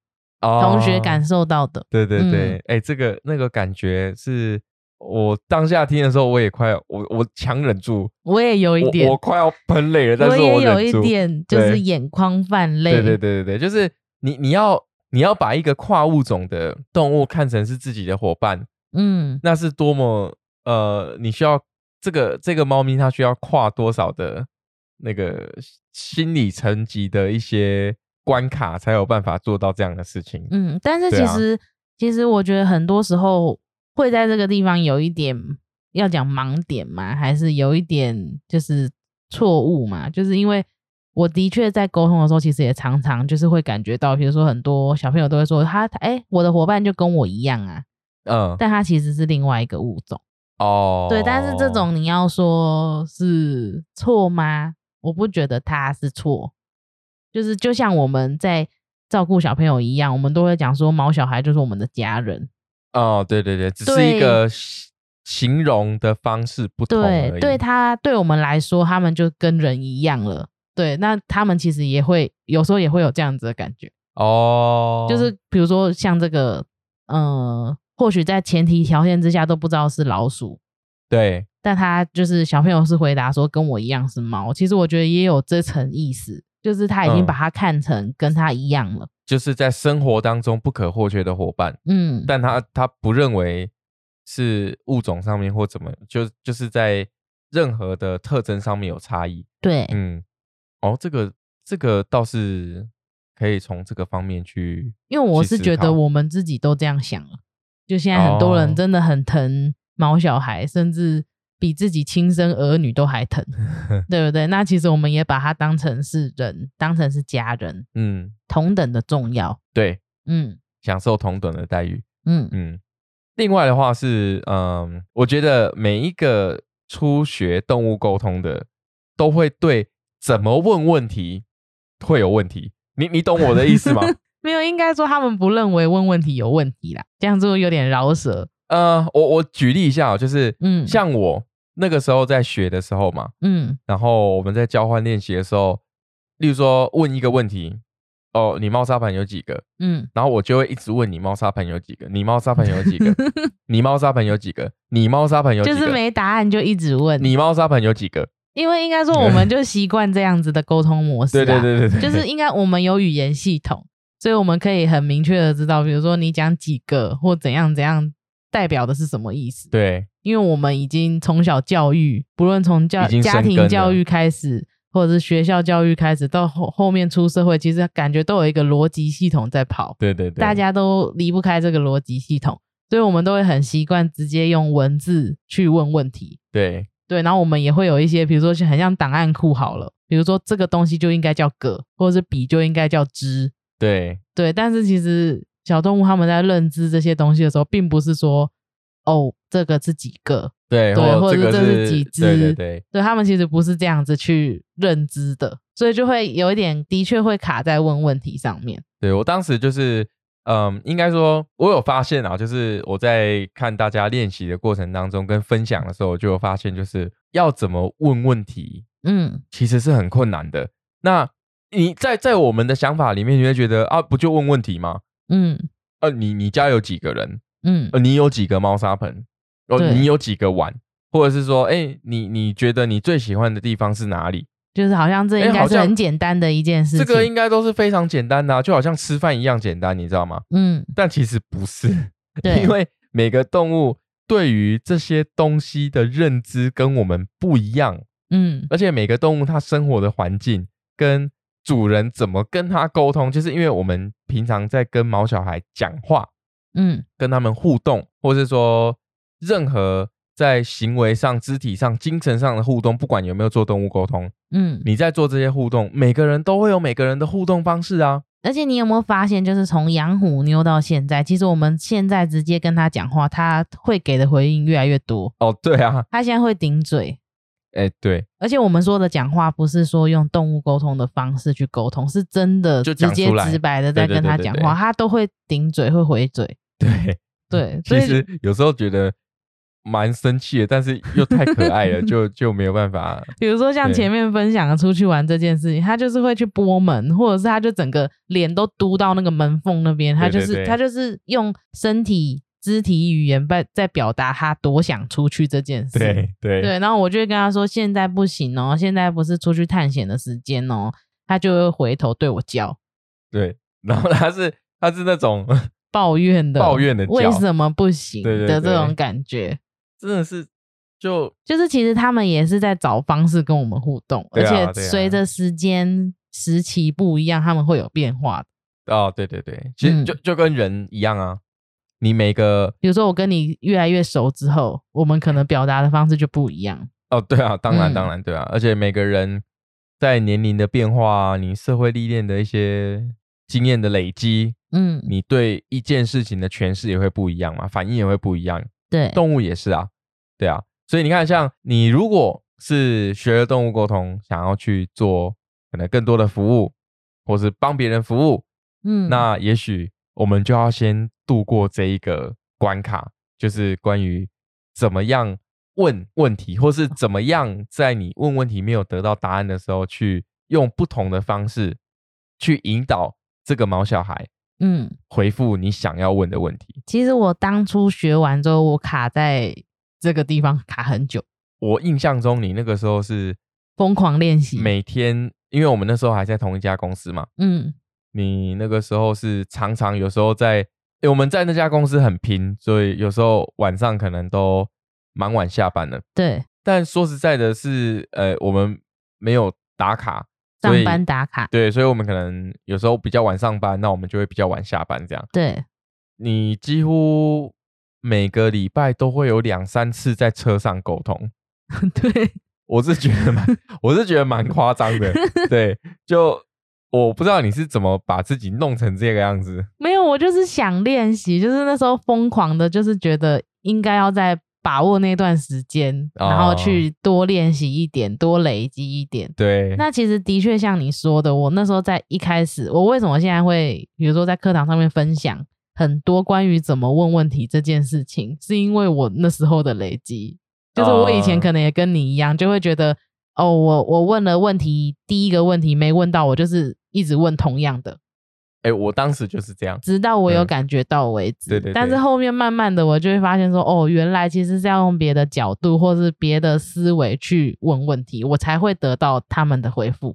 [SPEAKER 1] 哦
[SPEAKER 2] 同学感受到的，
[SPEAKER 1] 对对
[SPEAKER 2] 嗯
[SPEAKER 1] 对，哎、这个那个感觉是我当下听的时候，我也快我我强忍住，
[SPEAKER 2] 我也有一
[SPEAKER 1] 我
[SPEAKER 2] 点，
[SPEAKER 1] 我快要喷泪了，但
[SPEAKER 2] 我
[SPEAKER 1] 是
[SPEAKER 2] 也有
[SPEAKER 1] 忍
[SPEAKER 2] 一
[SPEAKER 1] 住。
[SPEAKER 2] 点就是
[SPEAKER 1] 对
[SPEAKER 2] 眼眶泛泪，
[SPEAKER 1] 对对对对对，就是你你要你要把一个跨物种的动物看成是自己的伙伴，
[SPEAKER 2] 嗯
[SPEAKER 1] 那是多么呃，你需要这个这个猫咪它需要跨多少的那个心理层级的一些关卡，才有办法做到这样的事情。
[SPEAKER 2] 嗯，但是
[SPEAKER 1] 对
[SPEAKER 2] 其
[SPEAKER 1] 啊
[SPEAKER 2] 实、其实我觉得很多时候会在这个地方有一点要讲盲点嘛，还是有一点就是错误嘛，就是因为我的确在沟通的时候，其实也常常就是会感觉到，比如说很多小朋友都会说他哎、我的伙伴就跟我一样啊，
[SPEAKER 1] 嗯，
[SPEAKER 2] 但他其实是另外一个物种，
[SPEAKER 1] 哦，
[SPEAKER 2] 对，但是这种你要说是错吗？我不觉得他是错，就是就像我们在照顾小朋友一样，我们都会讲说毛小孩就是我们的家人，
[SPEAKER 1] 哦，对对对，只是一
[SPEAKER 2] 对
[SPEAKER 1] 个形形容的方式不同而
[SPEAKER 2] 对，
[SPEAKER 1] 已。
[SPEAKER 2] 对他对我们来说，他们就跟人一样了。对，那他们其实也会有时候也会有这样子的感觉，
[SPEAKER 1] 哦，
[SPEAKER 2] 就是比如说像这个，呃，或许在前提条件之下都不知道是老鼠，
[SPEAKER 1] 对
[SPEAKER 2] 但他就是小朋友是回答说跟我一样是猫，其实我觉得也有这层意思，就是他已经
[SPEAKER 1] 嗯
[SPEAKER 2] 把它看成跟他一样了。
[SPEAKER 1] 就是在生活当中不可或缺的伙伴，
[SPEAKER 2] 嗯，
[SPEAKER 1] 但他他不认为是物种上面或怎么，就就是在任何的特征上面有差异。
[SPEAKER 2] 对，
[SPEAKER 1] 嗯，哦，这个这个倒是可以从这个方面去，
[SPEAKER 2] 因为我
[SPEAKER 1] 去
[SPEAKER 2] 是
[SPEAKER 1] 思
[SPEAKER 2] 觉
[SPEAKER 1] 考
[SPEAKER 2] 得我们自己都这样想了，就现在很多
[SPEAKER 1] 哦
[SPEAKER 2] 人真的很疼毛小孩，甚至比自己亲生儿女都还 疼，对不对？那其实我们也把它当成是人，当成是家人，
[SPEAKER 1] 嗯，
[SPEAKER 2] 同等的重要。
[SPEAKER 1] 对，
[SPEAKER 2] 嗯
[SPEAKER 1] 享受同等的待遇。
[SPEAKER 2] 嗯，
[SPEAKER 1] 嗯，另外的话是，嗯，我觉得每一个初学动物沟通的，都会对怎么问问题会有问题。你你懂我的意思吗？
[SPEAKER 2] 没有，应该说他们不认为问问题有问题啦，这样做有点饶舌。
[SPEAKER 1] 呃，我我举例一下哦，就是，
[SPEAKER 2] 嗯
[SPEAKER 1] 像我那个时候在学的时候嘛，
[SPEAKER 2] 嗯
[SPEAKER 1] 然后我们在交换练习的时候，例如说问一个问题，哦，你猫砂盆有几个？
[SPEAKER 2] 嗯，
[SPEAKER 1] 然后我就会一直问你猫砂盆有几个？你猫砂盆有几个？你猫砂盆有几个？你猫砂盆有几
[SPEAKER 2] 就
[SPEAKER 1] 个？
[SPEAKER 2] 是没答案就一直问，
[SPEAKER 1] 你猫砂盆有几个？
[SPEAKER 2] 因为应该说我们就习惯这样子的沟通模式、啊。
[SPEAKER 1] 对对对对对，
[SPEAKER 2] 就是应该我们有语言系统，所以我们可以很明确的知道，比如说你讲几个或怎样怎样，代表的是什么意思。
[SPEAKER 1] 对
[SPEAKER 2] 因为我们已经从小教育，不论从教
[SPEAKER 1] 已经
[SPEAKER 2] 家
[SPEAKER 1] 生根
[SPEAKER 2] 庭
[SPEAKER 1] 了
[SPEAKER 2] 教育开始，或者是学校教育开始，到后后面出社会，其实感觉都有一个逻辑系统在跑，
[SPEAKER 1] 对对对，
[SPEAKER 2] 大家都离不开这个逻辑系统，所以我们都会很习惯直接用文字去问问题。
[SPEAKER 1] 对
[SPEAKER 2] 对，然后我们也会有一些，比如说很像档案库好了，比如说这个东西就应该叫个，或者是笔就应该叫支，
[SPEAKER 1] 对
[SPEAKER 2] 对。但是其实小动物它们在认知这些东西的时候，并不是说哦这个是几个，
[SPEAKER 1] 对，
[SPEAKER 2] 对
[SPEAKER 1] 哦
[SPEAKER 2] 或者
[SPEAKER 1] 这个
[SPEAKER 2] 是这是
[SPEAKER 1] 是
[SPEAKER 2] 几
[SPEAKER 1] 对
[SPEAKER 2] 只
[SPEAKER 1] 对对
[SPEAKER 2] 对它们其实不是这样子去认知的，所以就会有一点的确会卡在问问题上面。
[SPEAKER 1] 对，我当时就是，嗯，应该说，我有发现啊，就是我在看大家练习的过程当中跟分享的时候，我就有发现，就是要怎么问问题，
[SPEAKER 2] 嗯，
[SPEAKER 1] 其实是很困难的。那你在在我们的想法里面，你会觉得啊，不就问问题吗？
[SPEAKER 2] 嗯
[SPEAKER 1] 呃，你你家有几个人？
[SPEAKER 2] 嗯
[SPEAKER 1] 呃，你有几个猫砂盆？哦、
[SPEAKER 2] 对
[SPEAKER 1] 你有几个碗？或者是说，哎、你你觉得你最喜欢的地方是哪里？
[SPEAKER 2] 就是好像这
[SPEAKER 1] 哎
[SPEAKER 2] 应该
[SPEAKER 1] 好
[SPEAKER 2] 是
[SPEAKER 1] 像
[SPEAKER 2] 很简单的一件事
[SPEAKER 1] 这
[SPEAKER 2] 情。
[SPEAKER 1] 个应该都是非常简单的、啊，就好像吃饭一样简单，你知道吗？
[SPEAKER 2] 嗯，
[SPEAKER 1] 但其实不是，
[SPEAKER 2] 对
[SPEAKER 1] 因为每个动物对于这些东西的认知跟我们不一样，
[SPEAKER 2] 嗯
[SPEAKER 1] 而且每个动物它生活的环境跟主人怎么跟它沟通，就是因为我们平常在跟毛小孩讲话，
[SPEAKER 2] 嗯
[SPEAKER 1] 跟他们互动，或是说任何在行为上、肢体上、精神上的互动，不管有没有做动物沟通，
[SPEAKER 2] 嗯，
[SPEAKER 1] 你在做这些互动，每个人都会有每个人的互动方式啊。
[SPEAKER 2] 而且你有没有发现，就是从养虎妞到现在，其实我们现在直接跟他讲话，他会给的回应越来越多。
[SPEAKER 1] 哦，对啊，
[SPEAKER 2] 他现在会顶嘴，
[SPEAKER 1] 哎、对，
[SPEAKER 2] 而且我们说的讲话不是说用动物沟通的方式去沟通，是真的
[SPEAKER 1] 就
[SPEAKER 2] 直
[SPEAKER 1] 讲
[SPEAKER 2] 接
[SPEAKER 1] 出来
[SPEAKER 2] 直白的在
[SPEAKER 1] 对对
[SPEAKER 2] 跟
[SPEAKER 1] 对
[SPEAKER 2] 他
[SPEAKER 1] 对
[SPEAKER 2] 讲
[SPEAKER 1] 对
[SPEAKER 2] 话，他都会顶嘴，会回嘴。
[SPEAKER 1] 对，
[SPEAKER 2] 对，所
[SPEAKER 1] 其
[SPEAKER 2] 以
[SPEAKER 1] 实有时候觉得蛮生气的，但是又太可爱了， 就就没有办法。
[SPEAKER 2] 比如说像
[SPEAKER 1] 对
[SPEAKER 2] 前面分享的出去玩这件事情，他就是会去拨门，或者是他就整个脸都嘟到那个门缝那边，他
[SPEAKER 1] 对
[SPEAKER 2] 就
[SPEAKER 1] 对
[SPEAKER 2] 是
[SPEAKER 1] 对
[SPEAKER 2] 他就是用身体肢体语言在在表达他多想出去这件事。
[SPEAKER 1] 对对
[SPEAKER 2] 对，然后我就会跟他说：“现在不行哦，现在不是出去探险的时间哦。”他就会回头对我叫，
[SPEAKER 1] 对，然后他是他是那种
[SPEAKER 2] 抱怨的，
[SPEAKER 1] 抱怨的叫
[SPEAKER 2] 为什么不行
[SPEAKER 1] 对对
[SPEAKER 2] 的这
[SPEAKER 1] 对
[SPEAKER 2] 种感觉。
[SPEAKER 1] 真的是就
[SPEAKER 2] 就是其实他们也是在找方式跟我们互动，
[SPEAKER 1] 对啊
[SPEAKER 2] 而且
[SPEAKER 1] 对啊
[SPEAKER 2] 随着时间时期不一样，他们会有变化。
[SPEAKER 1] 哦，对对对，其实
[SPEAKER 2] 嗯
[SPEAKER 1] 就、就跟人一样啊，你每个
[SPEAKER 2] 比如说我跟你越来越熟之后，我们可能表达的方式就不一样。
[SPEAKER 1] 哦，对啊，当然
[SPEAKER 2] 嗯
[SPEAKER 1] 当然对啊，而且每个人在年龄的变化、啊你社会历练的一些经验的累积，
[SPEAKER 2] 嗯，
[SPEAKER 1] 你对一件事情的诠释也会不一样嘛，反应也会不一样。
[SPEAKER 2] 对，
[SPEAKER 1] 动物也是啊，对啊，所以你看，像你如果是学了动物沟通，想要去做可能更多的服务，或是帮别人服务，
[SPEAKER 2] 嗯，
[SPEAKER 1] 那也许我们就要先度过这一个关卡，就是关于怎么样问问题，或是怎么样在你问问题没有得到答案的时候，去用不同的方式去引导这个毛小孩
[SPEAKER 2] 嗯，
[SPEAKER 1] 回复你想要问的问题。
[SPEAKER 2] 其实我当初学完之后，我卡在这个地方卡很久，
[SPEAKER 1] 我印象中，你那个时候是
[SPEAKER 2] 疯狂练习。
[SPEAKER 1] 每天，因为我们那时候还在同一家公司嘛，
[SPEAKER 2] 嗯，
[SPEAKER 1] 你那个时候是常常有时候在，诶我们在那家公司很拼，所以有时候晚上可能都蛮晚下班的。
[SPEAKER 2] 对，
[SPEAKER 1] 但说实在的是，呃，我们没有打卡，所
[SPEAKER 2] 上
[SPEAKER 1] 以
[SPEAKER 2] 班打卡，
[SPEAKER 1] 对，所以我们可能有时候比较晚上班，那我们就会比较晚下班这样。
[SPEAKER 2] 对，
[SPEAKER 1] 你几乎每个礼拜都会有两三次在车上沟通，
[SPEAKER 2] 对，
[SPEAKER 1] 我是觉得蛮，我是觉得蛮夸张的。对，就我不知道你是怎么把自己弄成这个样子。
[SPEAKER 2] 没有，我就是想练习，就是那时候疯狂的，就是觉得应该要在把握那段时间，
[SPEAKER 1] 哦
[SPEAKER 2] 然后去多练习一点，多累积一点。
[SPEAKER 1] 对，
[SPEAKER 2] 那其实的确像你说的，我那时候在一开始，我为什么现在会，比如说在课堂上面分享很多关于怎么问问题这件事情，是因为我那时候的累积，就是我以前
[SPEAKER 1] 哦
[SPEAKER 2] 可能也跟你一样，就会觉得哦，我我问了问题，第一个问题没问到，我就是一直问同样的，
[SPEAKER 1] 哎、我当时就是这样。
[SPEAKER 2] 直到我有
[SPEAKER 1] 嗯
[SPEAKER 2] 感觉到为止。
[SPEAKER 1] 对对对
[SPEAKER 2] 但是后面慢慢的，我就会发现说，哦，原来其实是要用别的角度或是别的思维去问问题，我才会得到他们的回复。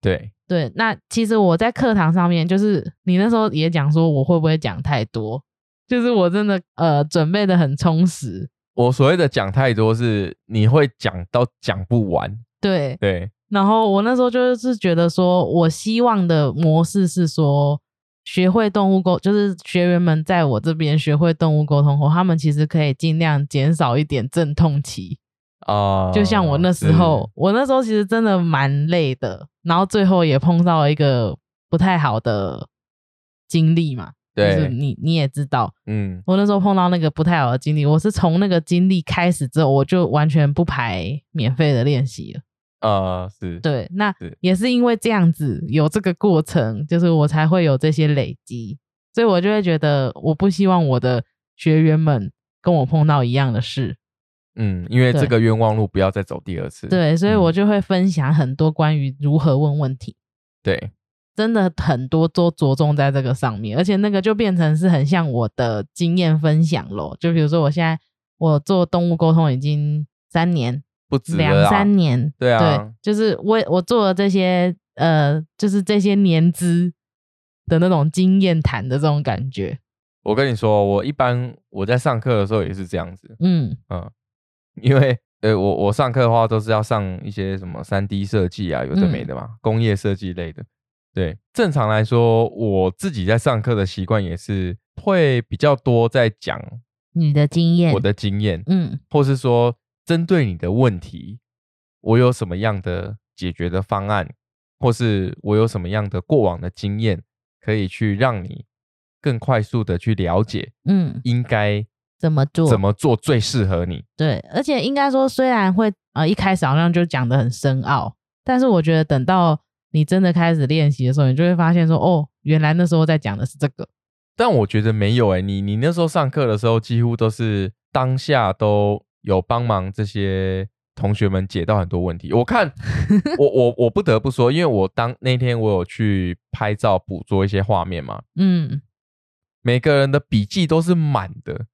[SPEAKER 1] 对，
[SPEAKER 2] 对，那其实我在课堂上面，就是你那时候也讲说，我会不会讲太多？就是我真的呃准备的很充实。
[SPEAKER 1] 我所谓的讲太多是你会讲到讲不完。
[SPEAKER 2] 对，
[SPEAKER 1] 对，
[SPEAKER 2] 然后我那时候就是觉得说，我希望的模式是说，学会动物沟，就是学员们在我这边学会动物沟通后，他们其实可以尽量减少一点阵痛期。
[SPEAKER 1] 啊、
[SPEAKER 2] 就像我那时候，我那时候其实真的蛮累的，然后最后也碰到一个不太好的经历嘛，
[SPEAKER 1] 是，
[SPEAKER 2] 就是
[SPEAKER 1] 对，
[SPEAKER 2] 你你也知道，
[SPEAKER 1] 嗯，
[SPEAKER 2] 我那时候碰到那个不太好的经历，我是从那个经历开始之后，我就完全不排免费的练习了。
[SPEAKER 1] 呃，是，
[SPEAKER 2] 对，那
[SPEAKER 1] 是
[SPEAKER 2] 也是因为这样子有这个过程，就是我才会有这些累积，所以我就会觉得我不希望我的学员们跟我碰到一样的事。
[SPEAKER 1] 嗯，因为
[SPEAKER 2] 对
[SPEAKER 1] 这个冤枉路不要再走第二次。
[SPEAKER 2] 对，所以
[SPEAKER 1] 嗯
[SPEAKER 2] 我就会分享很多关于如何问问题，
[SPEAKER 1] 对，
[SPEAKER 2] 真的很多都着重在这个上面，而且那个就变成是很像我的经验分享咯。就比如说我现在我做动物沟通已经三年，
[SPEAKER 1] 不止了
[SPEAKER 2] 两
[SPEAKER 1] 啦
[SPEAKER 2] 三年，
[SPEAKER 1] 对啊
[SPEAKER 2] 就是我我做了这些呃，就是这些年资的那种经验谈的这种感觉，
[SPEAKER 1] 我跟你说，我一般我在上课的时候也是这样子，
[SPEAKER 2] 嗯，
[SPEAKER 1] 嗯，因为呃，我我上课的话都是要上一些什么三 D 设计啊，有的
[SPEAKER 2] 嗯
[SPEAKER 1] 没的嘛，工业设计类的。对，正常来说，我自己在上课的习惯也是会比较多在讲
[SPEAKER 2] 你的经验，
[SPEAKER 1] 我的经验，
[SPEAKER 2] 嗯
[SPEAKER 1] 或是说针对你的问题，我有什么样的解决的方案，或是我有什么样的过往的经验，可以去让你更快速的去了解
[SPEAKER 2] 嗯，
[SPEAKER 1] 应该
[SPEAKER 2] 怎么做？
[SPEAKER 1] 怎么做最适合你。
[SPEAKER 2] 对，而且应该说，虽然会呃一开始好像就讲的很深奥，但是我觉得等到你真的开始练习的时候，你就会发现说，哦，原来那时候在讲的是这个，
[SPEAKER 1] 但我觉得没有诶、欸你你那时候上课的时候，几乎都是当下都有帮忙这些同学们解到很多问题。我 看，我我我不得不说，因为我当那天我有去拍照捕捉一些画面嘛，
[SPEAKER 2] 嗯，
[SPEAKER 1] 每个人的笔记都是满的，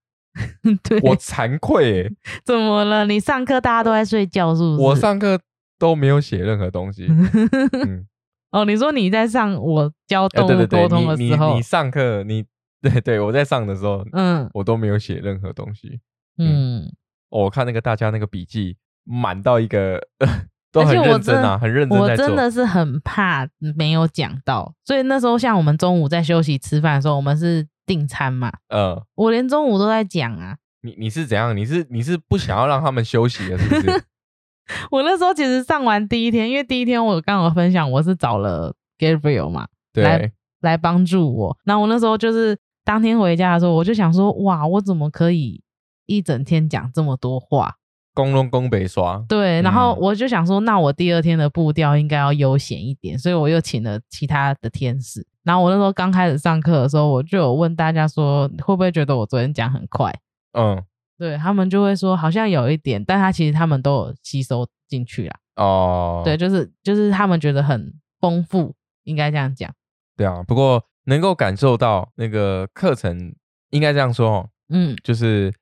[SPEAKER 2] 对，
[SPEAKER 1] 我惭愧、欸，
[SPEAKER 2] 怎么了？你上课大家都在睡觉是不是？
[SPEAKER 1] 我上课都没有写任何东 西。嗯，
[SPEAKER 2] 哦，你说你在上我教
[SPEAKER 1] 哎
[SPEAKER 2] 动
[SPEAKER 1] 对
[SPEAKER 2] 物
[SPEAKER 1] 对对，
[SPEAKER 2] 沟通的
[SPEAKER 1] 你
[SPEAKER 2] 时
[SPEAKER 1] 你
[SPEAKER 2] 候
[SPEAKER 1] 你，上课，你 对对，我在上的时候，
[SPEAKER 2] 嗯
[SPEAKER 1] 我都没有写任何东西。
[SPEAKER 2] 嗯，
[SPEAKER 1] 哦我看那个大家那个笔记满到一个，都
[SPEAKER 2] 而
[SPEAKER 1] 很
[SPEAKER 2] 且我
[SPEAKER 1] 认
[SPEAKER 2] 真
[SPEAKER 1] 真啊，
[SPEAKER 2] 的
[SPEAKER 1] 很认真
[SPEAKER 2] 我
[SPEAKER 1] 在做。
[SPEAKER 2] 真的是很怕没有讲到，所以那时候像我们中午在休息吃饭的时候，我们是订餐嘛，
[SPEAKER 1] 呃，
[SPEAKER 2] 我连中午都在讲啊。
[SPEAKER 1] 你你是怎样？你是你是不想要让他们休息的，是不是？
[SPEAKER 2] 我那时候其实上完第一天，因为第一天我刚好分享我是找了 Gabriel 嘛
[SPEAKER 1] 对
[SPEAKER 2] 来，来帮助我，那我那时候就是当天回家的时候，我就想说，哇，我怎么可以一整天讲这么多话？
[SPEAKER 1] 公龙公北刷，
[SPEAKER 2] 对，然后
[SPEAKER 1] 嗯
[SPEAKER 2] 我就想说，那我第二天的步调应该要悠闲一点，所以我又请了其他的天使。然后我那时候刚开始上课的时候，我就有问大家说，会不会觉得我昨天讲很快？
[SPEAKER 1] 嗯，
[SPEAKER 2] 对他们就会说好像有一点，但他其实他们都有吸收进去啦。
[SPEAKER 1] 哦，
[SPEAKER 2] 对，就是就是他们觉得很丰富，应该这样讲。
[SPEAKER 1] 对啊。不过能够感受到那个课程，应该这样说哦，
[SPEAKER 2] 嗯
[SPEAKER 1] 就是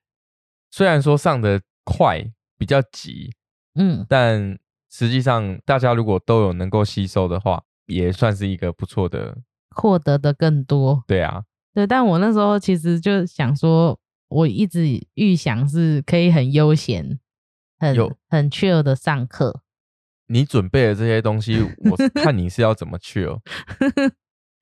[SPEAKER 1] 虽然说上的快比较急，
[SPEAKER 2] 嗯，
[SPEAKER 1] 但实际上大家如果都有能够吸收的话，也算是一个不错的。
[SPEAKER 2] 获得的更多。
[SPEAKER 1] 对啊，
[SPEAKER 2] 对，但我那时候其实就想说，我一直预想是可以很悠闲、很
[SPEAKER 1] 有
[SPEAKER 2] 很 chill 的上课。
[SPEAKER 1] 你准备的这些东 西，我看你是要怎么去哦，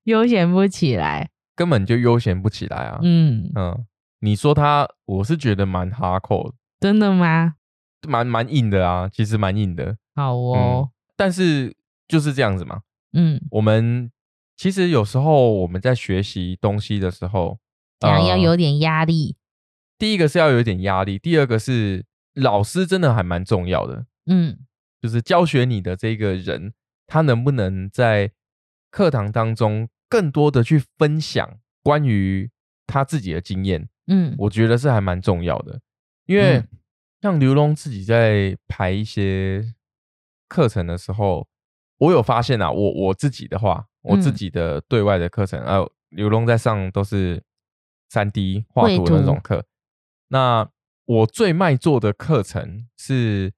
[SPEAKER 2] 悠闲不起来。
[SPEAKER 1] 根本就悠闲不起来啊。嗯
[SPEAKER 2] 嗯，
[SPEAKER 1] 你说他，我是觉得蛮 hardcore，
[SPEAKER 2] 真的吗？
[SPEAKER 1] 的蛮蛮硬的啊，其实蛮硬的。
[SPEAKER 2] 好哦，
[SPEAKER 1] 但是就是这样子嘛，
[SPEAKER 2] 嗯，
[SPEAKER 1] 我们其实有时候我们在学习东西的时候，
[SPEAKER 2] 这样要
[SPEAKER 1] 呃
[SPEAKER 2] 有点压力，
[SPEAKER 1] 第一个是要有一点压力，第二个是老师真的还蛮重要的，
[SPEAKER 2] 嗯
[SPEAKER 1] 就是教学你的这个人，他能不能在课堂当中更多的去分享关于他自己的经验，
[SPEAKER 2] 嗯
[SPEAKER 1] 我觉得是还蛮重要的。因为
[SPEAKER 2] 嗯
[SPEAKER 1] 像刘龙自己在排一些课程的时候，我有发现啊，我我自己的话，我自
[SPEAKER 2] 嗯
[SPEAKER 1] 己的对外的课程，呃，刘龙在上都是三 D 画
[SPEAKER 2] 绘
[SPEAKER 1] 图的那
[SPEAKER 2] 图
[SPEAKER 1] 种课。那我最卖座的课程是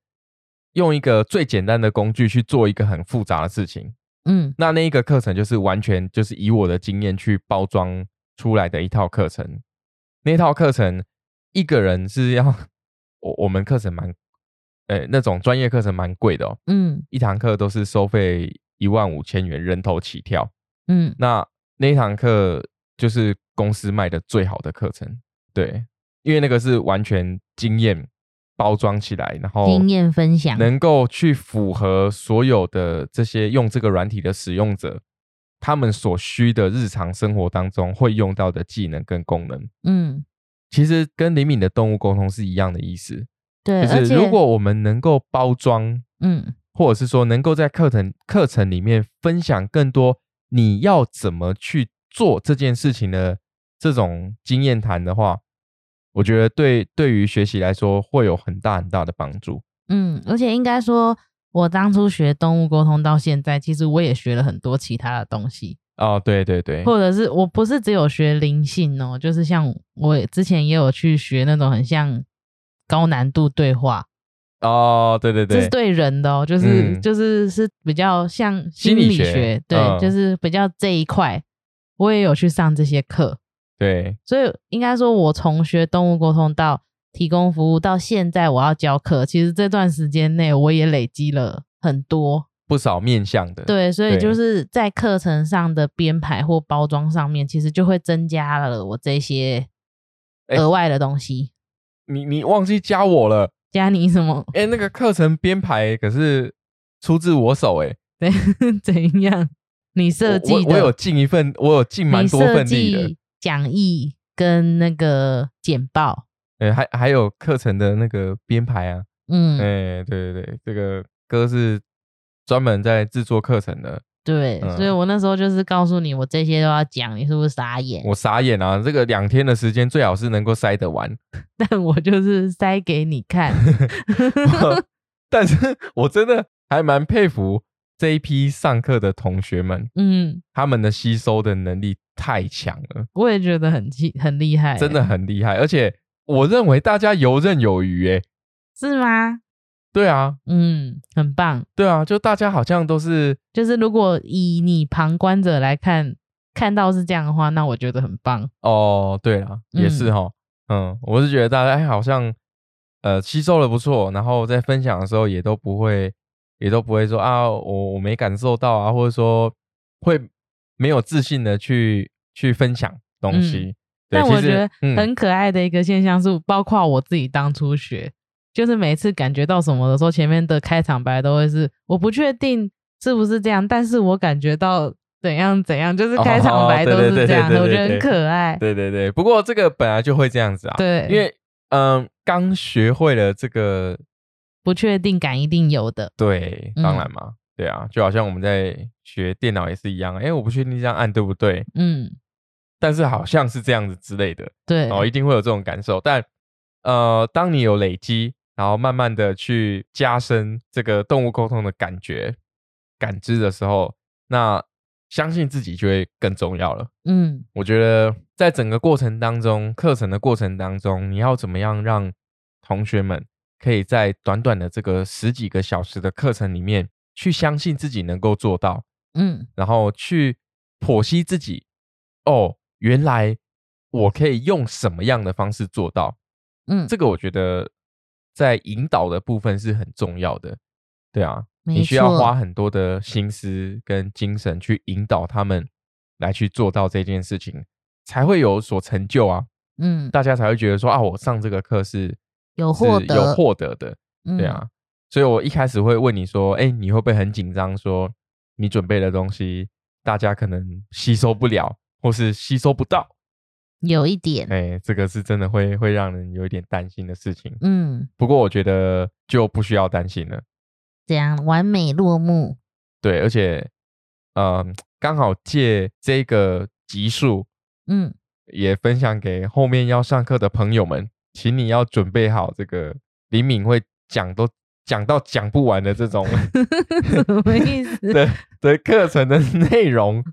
[SPEAKER 1] 用一个最简单的工具去做一个很复杂的事情。
[SPEAKER 2] 嗯
[SPEAKER 1] 那那一个课程就是完全就是以我的经验去包装出来的一套课程。那套课程一个人是要我我们课程蛮，呃、那种专业课程蛮贵的哦，
[SPEAKER 2] 嗯
[SPEAKER 1] 一堂课都是收费一万五千元人头起跳。
[SPEAKER 2] 嗯，
[SPEAKER 1] 那那一堂课就是公司卖的最好的课程，对，因为那个是完全经验包装起来，然后
[SPEAKER 2] 经验分享，
[SPEAKER 1] 哦能够去符合所有的这些用这个软体的使用者，他们所需的日常生活当中会用到的技能跟功能，
[SPEAKER 2] 嗯
[SPEAKER 1] 其实跟灵敏的动物沟通是一样的意思。
[SPEAKER 2] 对，
[SPEAKER 1] 就
[SPEAKER 2] 而
[SPEAKER 1] 是
[SPEAKER 2] 且
[SPEAKER 1] 如果我们能够包装，
[SPEAKER 2] 嗯
[SPEAKER 1] 或者是说能够在课程课程里面分享更多你要怎么去做这件事情的这种经验谈的话，我觉得对对于学习来说会有很大很大的帮助。
[SPEAKER 2] 嗯，而且应该说，我当初学动物沟通到现在，其实我也学了很多其他的东西，
[SPEAKER 1] 哦，对对对，
[SPEAKER 2] 或者是我不是只有学灵性哦，就是像我也之前也有去学那种很像高难度对话，
[SPEAKER 1] 哦，对对
[SPEAKER 2] 这是
[SPEAKER 1] 对，
[SPEAKER 2] 对人的哦，就是、
[SPEAKER 1] 嗯
[SPEAKER 2] 就是是比较像
[SPEAKER 1] 心理
[SPEAKER 2] 理
[SPEAKER 1] 学
[SPEAKER 2] 对，
[SPEAKER 1] 嗯
[SPEAKER 2] 就是比较这一块，我也有去上这些课，
[SPEAKER 1] 对，
[SPEAKER 2] 所以应该说，我从学动物沟通到提供服务到现在我要教课，其实这段时间内我也累积了很多，
[SPEAKER 1] 不少面向的。，
[SPEAKER 2] 对，所以
[SPEAKER 1] 嗯对
[SPEAKER 2] 就是在课程上的编排或包装上面，其实就会增加了我这些
[SPEAKER 1] 哎
[SPEAKER 2] 额外的东西。
[SPEAKER 1] 你你忘记加我了？
[SPEAKER 2] 加你什么？
[SPEAKER 1] 哎，那个课程编排可是出自我手哎，
[SPEAKER 2] 对，怎样？你设计
[SPEAKER 1] 我
[SPEAKER 2] 的
[SPEAKER 1] 我有尽一份，我有尽蛮
[SPEAKER 2] 你
[SPEAKER 1] 多
[SPEAKER 2] 设
[SPEAKER 1] 份力的
[SPEAKER 2] 计。讲义跟那个简报，
[SPEAKER 1] 哎，还还有课程的那个编排啊。
[SPEAKER 2] 嗯，
[SPEAKER 1] 哎，对对对，这个哥是专门在制作课程的，
[SPEAKER 2] 对，
[SPEAKER 1] 嗯
[SPEAKER 2] 所以我那时候就是告诉你，我这些都要讲，你是不是傻眼？
[SPEAKER 1] 我傻眼啊！这个两天的时间最好是能够塞得 完，
[SPEAKER 2] 但我就是塞给你看，
[SPEAKER 1] 但是我真的还蛮佩服这一批上课的同学们，
[SPEAKER 2] 嗯，
[SPEAKER 1] 他们的吸收的能力太强了。
[SPEAKER 2] 我也觉得很气，很厉害、
[SPEAKER 1] 真的很厉害，而且我认为大家游刃有余、欸，
[SPEAKER 2] 是吗？
[SPEAKER 1] 对啊，
[SPEAKER 2] 嗯，很棒。
[SPEAKER 1] 对啊，就大家好像都是
[SPEAKER 2] 就是如果以你旁观者来看，看到是这样的话，那我觉得很棒。
[SPEAKER 1] 哦，对啦，也是哈，嗯我是觉得大家哎好像呃吸收的不错，然后在分享的时候也都不会也都不会说啊我我没感受到啊，或者说会没有自信的去去分享东西，对，
[SPEAKER 2] 嗯但
[SPEAKER 1] 其
[SPEAKER 2] 我
[SPEAKER 1] 实
[SPEAKER 2] 觉得
[SPEAKER 1] 嗯
[SPEAKER 2] 很可爱的一个现象是，包括我自己当初学，就是每次感觉到什么的时候，前面的开场白都会是我不确定是不是这样，但是我感觉到怎样怎样，就是开场白
[SPEAKER 1] 哦
[SPEAKER 2] 都
[SPEAKER 1] 对对
[SPEAKER 2] 是这样
[SPEAKER 1] 对对
[SPEAKER 2] 的，
[SPEAKER 1] 对
[SPEAKER 2] 我觉得
[SPEAKER 1] 对
[SPEAKER 2] 很可爱。
[SPEAKER 1] 对对对，不过这个本来就会这样子啊，
[SPEAKER 2] 对，
[SPEAKER 1] 因为嗯刚学会了这个
[SPEAKER 2] 不确定感一定有的。
[SPEAKER 1] 对，当
[SPEAKER 2] 嗯
[SPEAKER 1] 然嘛，对啊，就好像我们在学电脑也是一样，哎，我不确定这样按对不对，
[SPEAKER 2] 嗯，
[SPEAKER 1] 但是好像是这样子之类的，
[SPEAKER 2] 对，
[SPEAKER 1] 哦，一定会有这种感受。但呃，当你有累积，然后慢慢的去加深这个动物沟通的感觉、感知的时候，那相信自己就会更重要了。
[SPEAKER 2] 嗯
[SPEAKER 1] 我觉得在整个过程当中，课程的过程当中，你要怎么样让同学们可以在短短的这个十几个小时的课程里面，去相信自己能够做到，
[SPEAKER 2] 嗯
[SPEAKER 1] 然后去剖析自己，哦，原来我可以用什么样的方式做到？
[SPEAKER 2] 嗯，
[SPEAKER 1] 这个我觉得在引导的部分是很重要的，对啊，
[SPEAKER 2] 没
[SPEAKER 1] 你需要
[SPEAKER 2] 错
[SPEAKER 1] 花很多的心思跟精神去引导他们来去做到这件事情，才会有所成就啊，
[SPEAKER 2] 嗯
[SPEAKER 1] 大家才会觉得说啊，我上这个课是
[SPEAKER 2] 有
[SPEAKER 1] 是
[SPEAKER 2] 获得
[SPEAKER 1] 有获得的，
[SPEAKER 2] 嗯
[SPEAKER 1] 对啊，所以我一开始会问你说，哎、你会不会很紧张？说你准备的东西，大家可能吸收不了，或是吸收不到。
[SPEAKER 2] 嗯有一点，
[SPEAKER 1] 哎、这个是真的会会让人有一点担心的事情。
[SPEAKER 2] 嗯，
[SPEAKER 1] 不过我觉得就不需要担心了。
[SPEAKER 2] 这样完美落幕，
[SPEAKER 1] 对，而且，呃，刚好借这个集数
[SPEAKER 2] 嗯，
[SPEAKER 1] 也分享给后面要上课的朋友们，请你要准备好这个李敏会讲都讲到讲不完的这 种
[SPEAKER 2] 什么意思？
[SPEAKER 1] 的的课程的内容，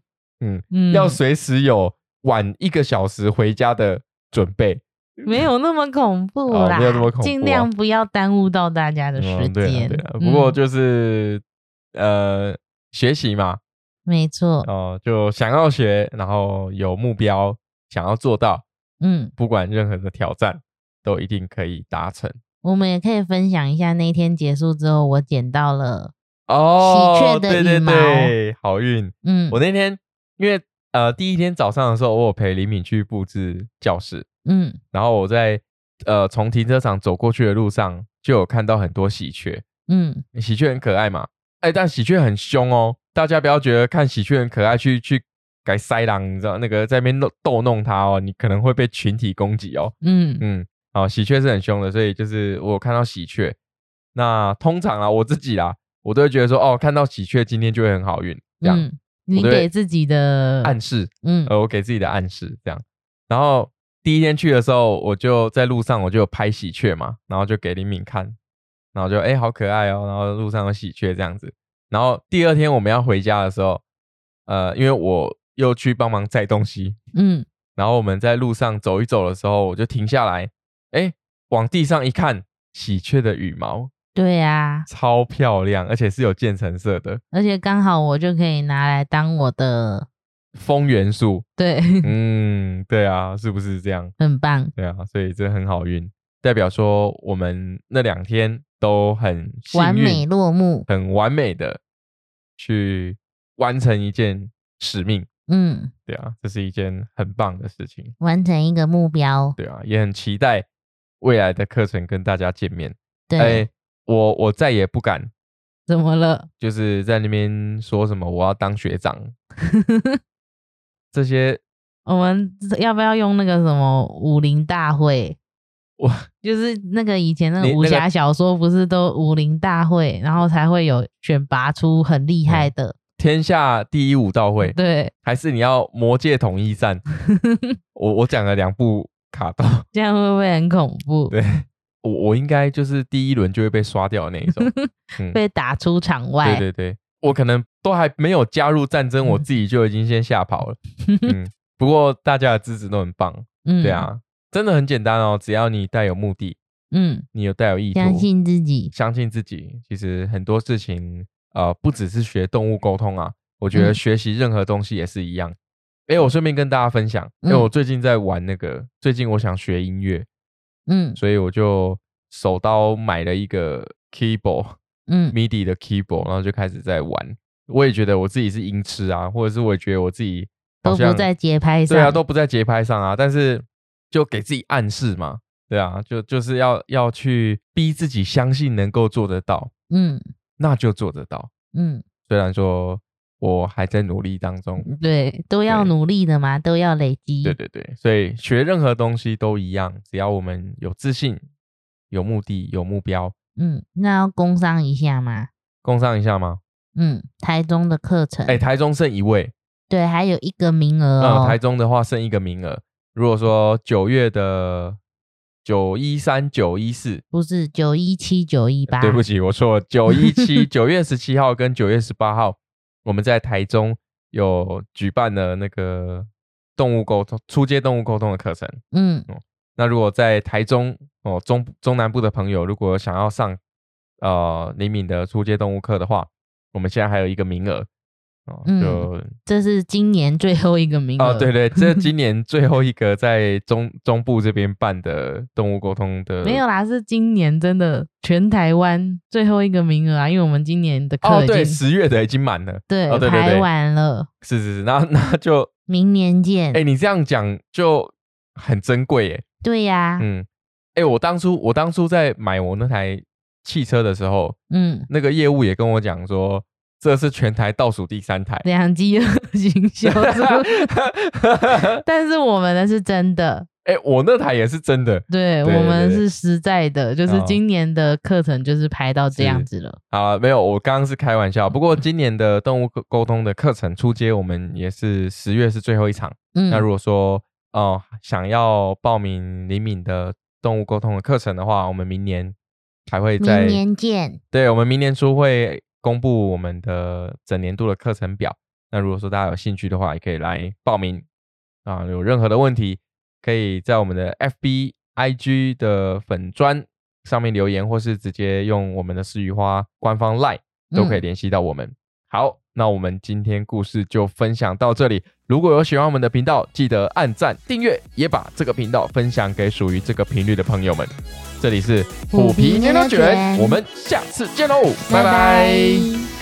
[SPEAKER 1] 嗯，
[SPEAKER 2] 嗯，
[SPEAKER 1] 要随时有晚一个小时回家的准备。
[SPEAKER 2] 没有那么恐怖
[SPEAKER 1] 哦
[SPEAKER 2] 啦，
[SPEAKER 1] 没有那么恐
[SPEAKER 2] 尽
[SPEAKER 1] 怖啊
[SPEAKER 2] 量不要耽误到大家的时
[SPEAKER 1] 嗯，对啊
[SPEAKER 2] 间。
[SPEAKER 1] 对啊。不过
[SPEAKER 2] 嗯
[SPEAKER 1] 就是、呃，学习嘛，
[SPEAKER 2] 没错，
[SPEAKER 1] 哦、就想要学，然后有目标，想要做到，
[SPEAKER 2] 嗯，
[SPEAKER 1] 不管任何的挑战，都一定可以达成。
[SPEAKER 2] 我们也可以分享一下那一天结束之后，我捡到了，
[SPEAKER 1] 哦，
[SPEAKER 2] 喜鹊的
[SPEAKER 1] 对
[SPEAKER 2] 羽
[SPEAKER 1] 对
[SPEAKER 2] 毛
[SPEAKER 1] 对，好运。
[SPEAKER 2] 嗯
[SPEAKER 1] 我那天因为呃第一天早上的时候，我有陪李敏去布置教室，
[SPEAKER 2] 嗯，
[SPEAKER 1] 然后我在呃从停车场走过去的路上，就有看到很多喜鹊。
[SPEAKER 2] 嗯，
[SPEAKER 1] 喜鹊很可爱嘛，哎，但喜鹊很凶哦，大家不要觉得看喜鹊很可爱去去改塞狼，你知道那个在那边弄逗弄它哦，你可能会被群体攻击哦。
[SPEAKER 2] 嗯，
[SPEAKER 1] 嗯，好，喜鹊是很凶的，所以就是我有看到喜鹊，那通常啊我自己啦，我都会觉得说哦，看到喜鹊今天就会很好运，这样、
[SPEAKER 2] 嗯，你
[SPEAKER 1] 对
[SPEAKER 2] 给自己的
[SPEAKER 1] 暗示，
[SPEAKER 2] 嗯
[SPEAKER 1] 呃，我给自己的暗示这样。然后第一天去的时候，我就在路上我就有拍喜鹊嘛，然后就给林敏看，然后就哎、诶好可爱哦，然后路上有喜鹊这样子。然后第二天我们要回家的时候，呃，因为我又去帮忙载东西，
[SPEAKER 2] 嗯，
[SPEAKER 1] 然后我们在路上走一走的时候，我就停下来，哎、往地上一看，喜鹊的羽毛
[SPEAKER 2] 对啊，
[SPEAKER 1] 超漂亮，而且是有渐层色的
[SPEAKER 2] 而且刚好我就可以拿来当我的，
[SPEAKER 1] 风元素。
[SPEAKER 2] 对，
[SPEAKER 1] 嗯，对啊，是不是这样？
[SPEAKER 2] 很棒，
[SPEAKER 1] 对啊，所以这很好运，代表说我们那两天都很幸
[SPEAKER 2] 完美
[SPEAKER 1] 运，
[SPEAKER 2] 落幕，
[SPEAKER 1] 很完美的去完成一件使命。
[SPEAKER 2] 嗯，
[SPEAKER 1] 对啊，这是一件很棒的事情。
[SPEAKER 2] 完成一个目标，
[SPEAKER 1] 对啊，也很期待未来的课程跟大家见面。
[SPEAKER 2] 对，
[SPEAKER 1] 哎，我我再也不敢
[SPEAKER 2] 怎么了？
[SPEAKER 1] 就是在那边说什么我要当学 长这些，
[SPEAKER 2] 我们要不要用那个什么武林大会？
[SPEAKER 1] 我
[SPEAKER 2] 就是那个以前那个
[SPEAKER 1] 你
[SPEAKER 2] 武
[SPEAKER 1] 那个
[SPEAKER 2] 侠小说，不是都武林大会，然后才会有选拔出很厉害的，
[SPEAKER 1] 天下第一武道嗯会，
[SPEAKER 2] 对，
[SPEAKER 1] 还是你要魔界统一 战？我我讲了两部卡到。
[SPEAKER 2] 这样会不会很恐怖？
[SPEAKER 1] 对我我应该就是第一轮就会被刷掉的那一 种。嗯，
[SPEAKER 2] 被打出场外，
[SPEAKER 1] 对对对，我可能都还没有加入战争，
[SPEAKER 2] 嗯
[SPEAKER 1] 我自己就已经先吓跑 了。嗯，不过大家的支持都很棒，
[SPEAKER 2] 嗯，
[SPEAKER 1] 对，啊，真的很简单哦，只要你带有目的，
[SPEAKER 2] 嗯，
[SPEAKER 1] 你有带有意图，
[SPEAKER 2] 相信自己，
[SPEAKER 1] 相信自己，其实很多事情呃，不只是学动物沟通啊，我觉得
[SPEAKER 2] 嗯
[SPEAKER 1] 学习任何东西也是一样。哎，我顺便跟大家分享，因为
[SPEAKER 2] 嗯
[SPEAKER 1] 我最近在玩那个，最近我想学音乐，
[SPEAKER 2] 嗯
[SPEAKER 1] 所以我就手刀买了一个 keyboard
[SPEAKER 2] 嗯
[SPEAKER 1] MIDI 的 keyboard，然后就开始在玩。我也觉得我自己是音痴啊，或者是我也觉得我自己好
[SPEAKER 2] 都不
[SPEAKER 1] 像
[SPEAKER 2] 在节拍上，
[SPEAKER 1] 对啊，都不在节拍上啊，但是就给自己暗示嘛，对啊，就就是要要去逼自己相信能够做得到，
[SPEAKER 2] 嗯
[SPEAKER 1] 那就做得到。
[SPEAKER 2] 嗯，
[SPEAKER 1] 虽然说我还在努力当中，
[SPEAKER 2] 对，都要
[SPEAKER 1] 对
[SPEAKER 2] 努力的嘛，都要累积，
[SPEAKER 1] 对对对，所以学任何东西都一样，只要我们有自信、有目的、有目标，
[SPEAKER 2] 嗯，那要工商一下嘛，
[SPEAKER 1] 共上一下吗？
[SPEAKER 2] 嗯，台中的课程，
[SPEAKER 1] 哎、台中剩一位，
[SPEAKER 2] 对，还有一个名额
[SPEAKER 1] 那、
[SPEAKER 2] 哦，
[SPEAKER 1] 台中的话剩一个名额。如果说九月的九一三、九一四，
[SPEAKER 2] 不是九一七九一八，
[SPEAKER 1] 对不起，我错了，九一七、九月十七号跟九月十八号，我们在台中有举办了那个动物沟通、初阶动物沟通的课程。
[SPEAKER 2] 嗯，
[SPEAKER 1] 那如果在台中哦中中南部的朋友，如果想要上呃李敏的初阶动物课的话，我们现在还有一个名额哦，
[SPEAKER 2] 嗯
[SPEAKER 1] 就
[SPEAKER 2] 这是今年最后一个名额，
[SPEAKER 1] 哦，对对，这 今年最后一个在中中部这边办的动物沟通的，
[SPEAKER 2] 没有啦，是今年真的全台湾最后一个名额啊，因为我们今年的课
[SPEAKER 1] 哦，
[SPEAKER 2] 已
[SPEAKER 1] 对，
[SPEAKER 2] 经
[SPEAKER 1] 十月的已经满了，
[SPEAKER 2] 对
[SPEAKER 1] 哦对对对
[SPEAKER 2] 排完了，
[SPEAKER 1] 是是是，那那就
[SPEAKER 2] 明年见。
[SPEAKER 1] 哎，你这样讲就很珍贵耶，
[SPEAKER 2] 对呀、
[SPEAKER 1] 嗯，哎，我当初我当初在买我那台汽车的时候，
[SPEAKER 2] 嗯
[SPEAKER 1] 那个业务也跟我讲说，这是全台倒数第三台。
[SPEAKER 2] 两极恶 行销是不 是但是我们的是真的，
[SPEAKER 1] 哎、我那台也是真的。对
[SPEAKER 2] 对我们
[SPEAKER 1] 对
[SPEAKER 2] 是实在的，就是
[SPEAKER 1] 哦
[SPEAKER 2] 今年的课程就是排到这样子了。
[SPEAKER 1] 好啊了，没有，我刚刚是开玩笑。不过今年的动物沟沟通的课程初阶，我们也是十月是最后一场。那
[SPEAKER 2] 嗯，
[SPEAKER 1] 如果说哦、呃想要报名李敏的动物沟通的课程的话，我们明年还会在
[SPEAKER 2] 明年见。
[SPEAKER 1] 对，我们明年初会公布我们的整年度的课程表。那如果说大家有兴趣的话，也可以来报名啊。有任何的问题，可以在我们的 FB、IG 的粉砖上面留言，或是直接用我们的私语花官方 LINE 都可以
[SPEAKER 2] 嗯
[SPEAKER 1] 联系到我们。好，那我们今天故事就分享到这里。如果有喜欢我们的频道，记得按赞、订阅，也把这个频道分享给属于这个频率的朋友们。这里是
[SPEAKER 3] 虎皮牛
[SPEAKER 1] 牛牛
[SPEAKER 3] 肉
[SPEAKER 1] 卷，
[SPEAKER 3] 卷
[SPEAKER 1] 我们下次见喽，
[SPEAKER 3] 拜
[SPEAKER 1] 拜拜。
[SPEAKER 3] 拜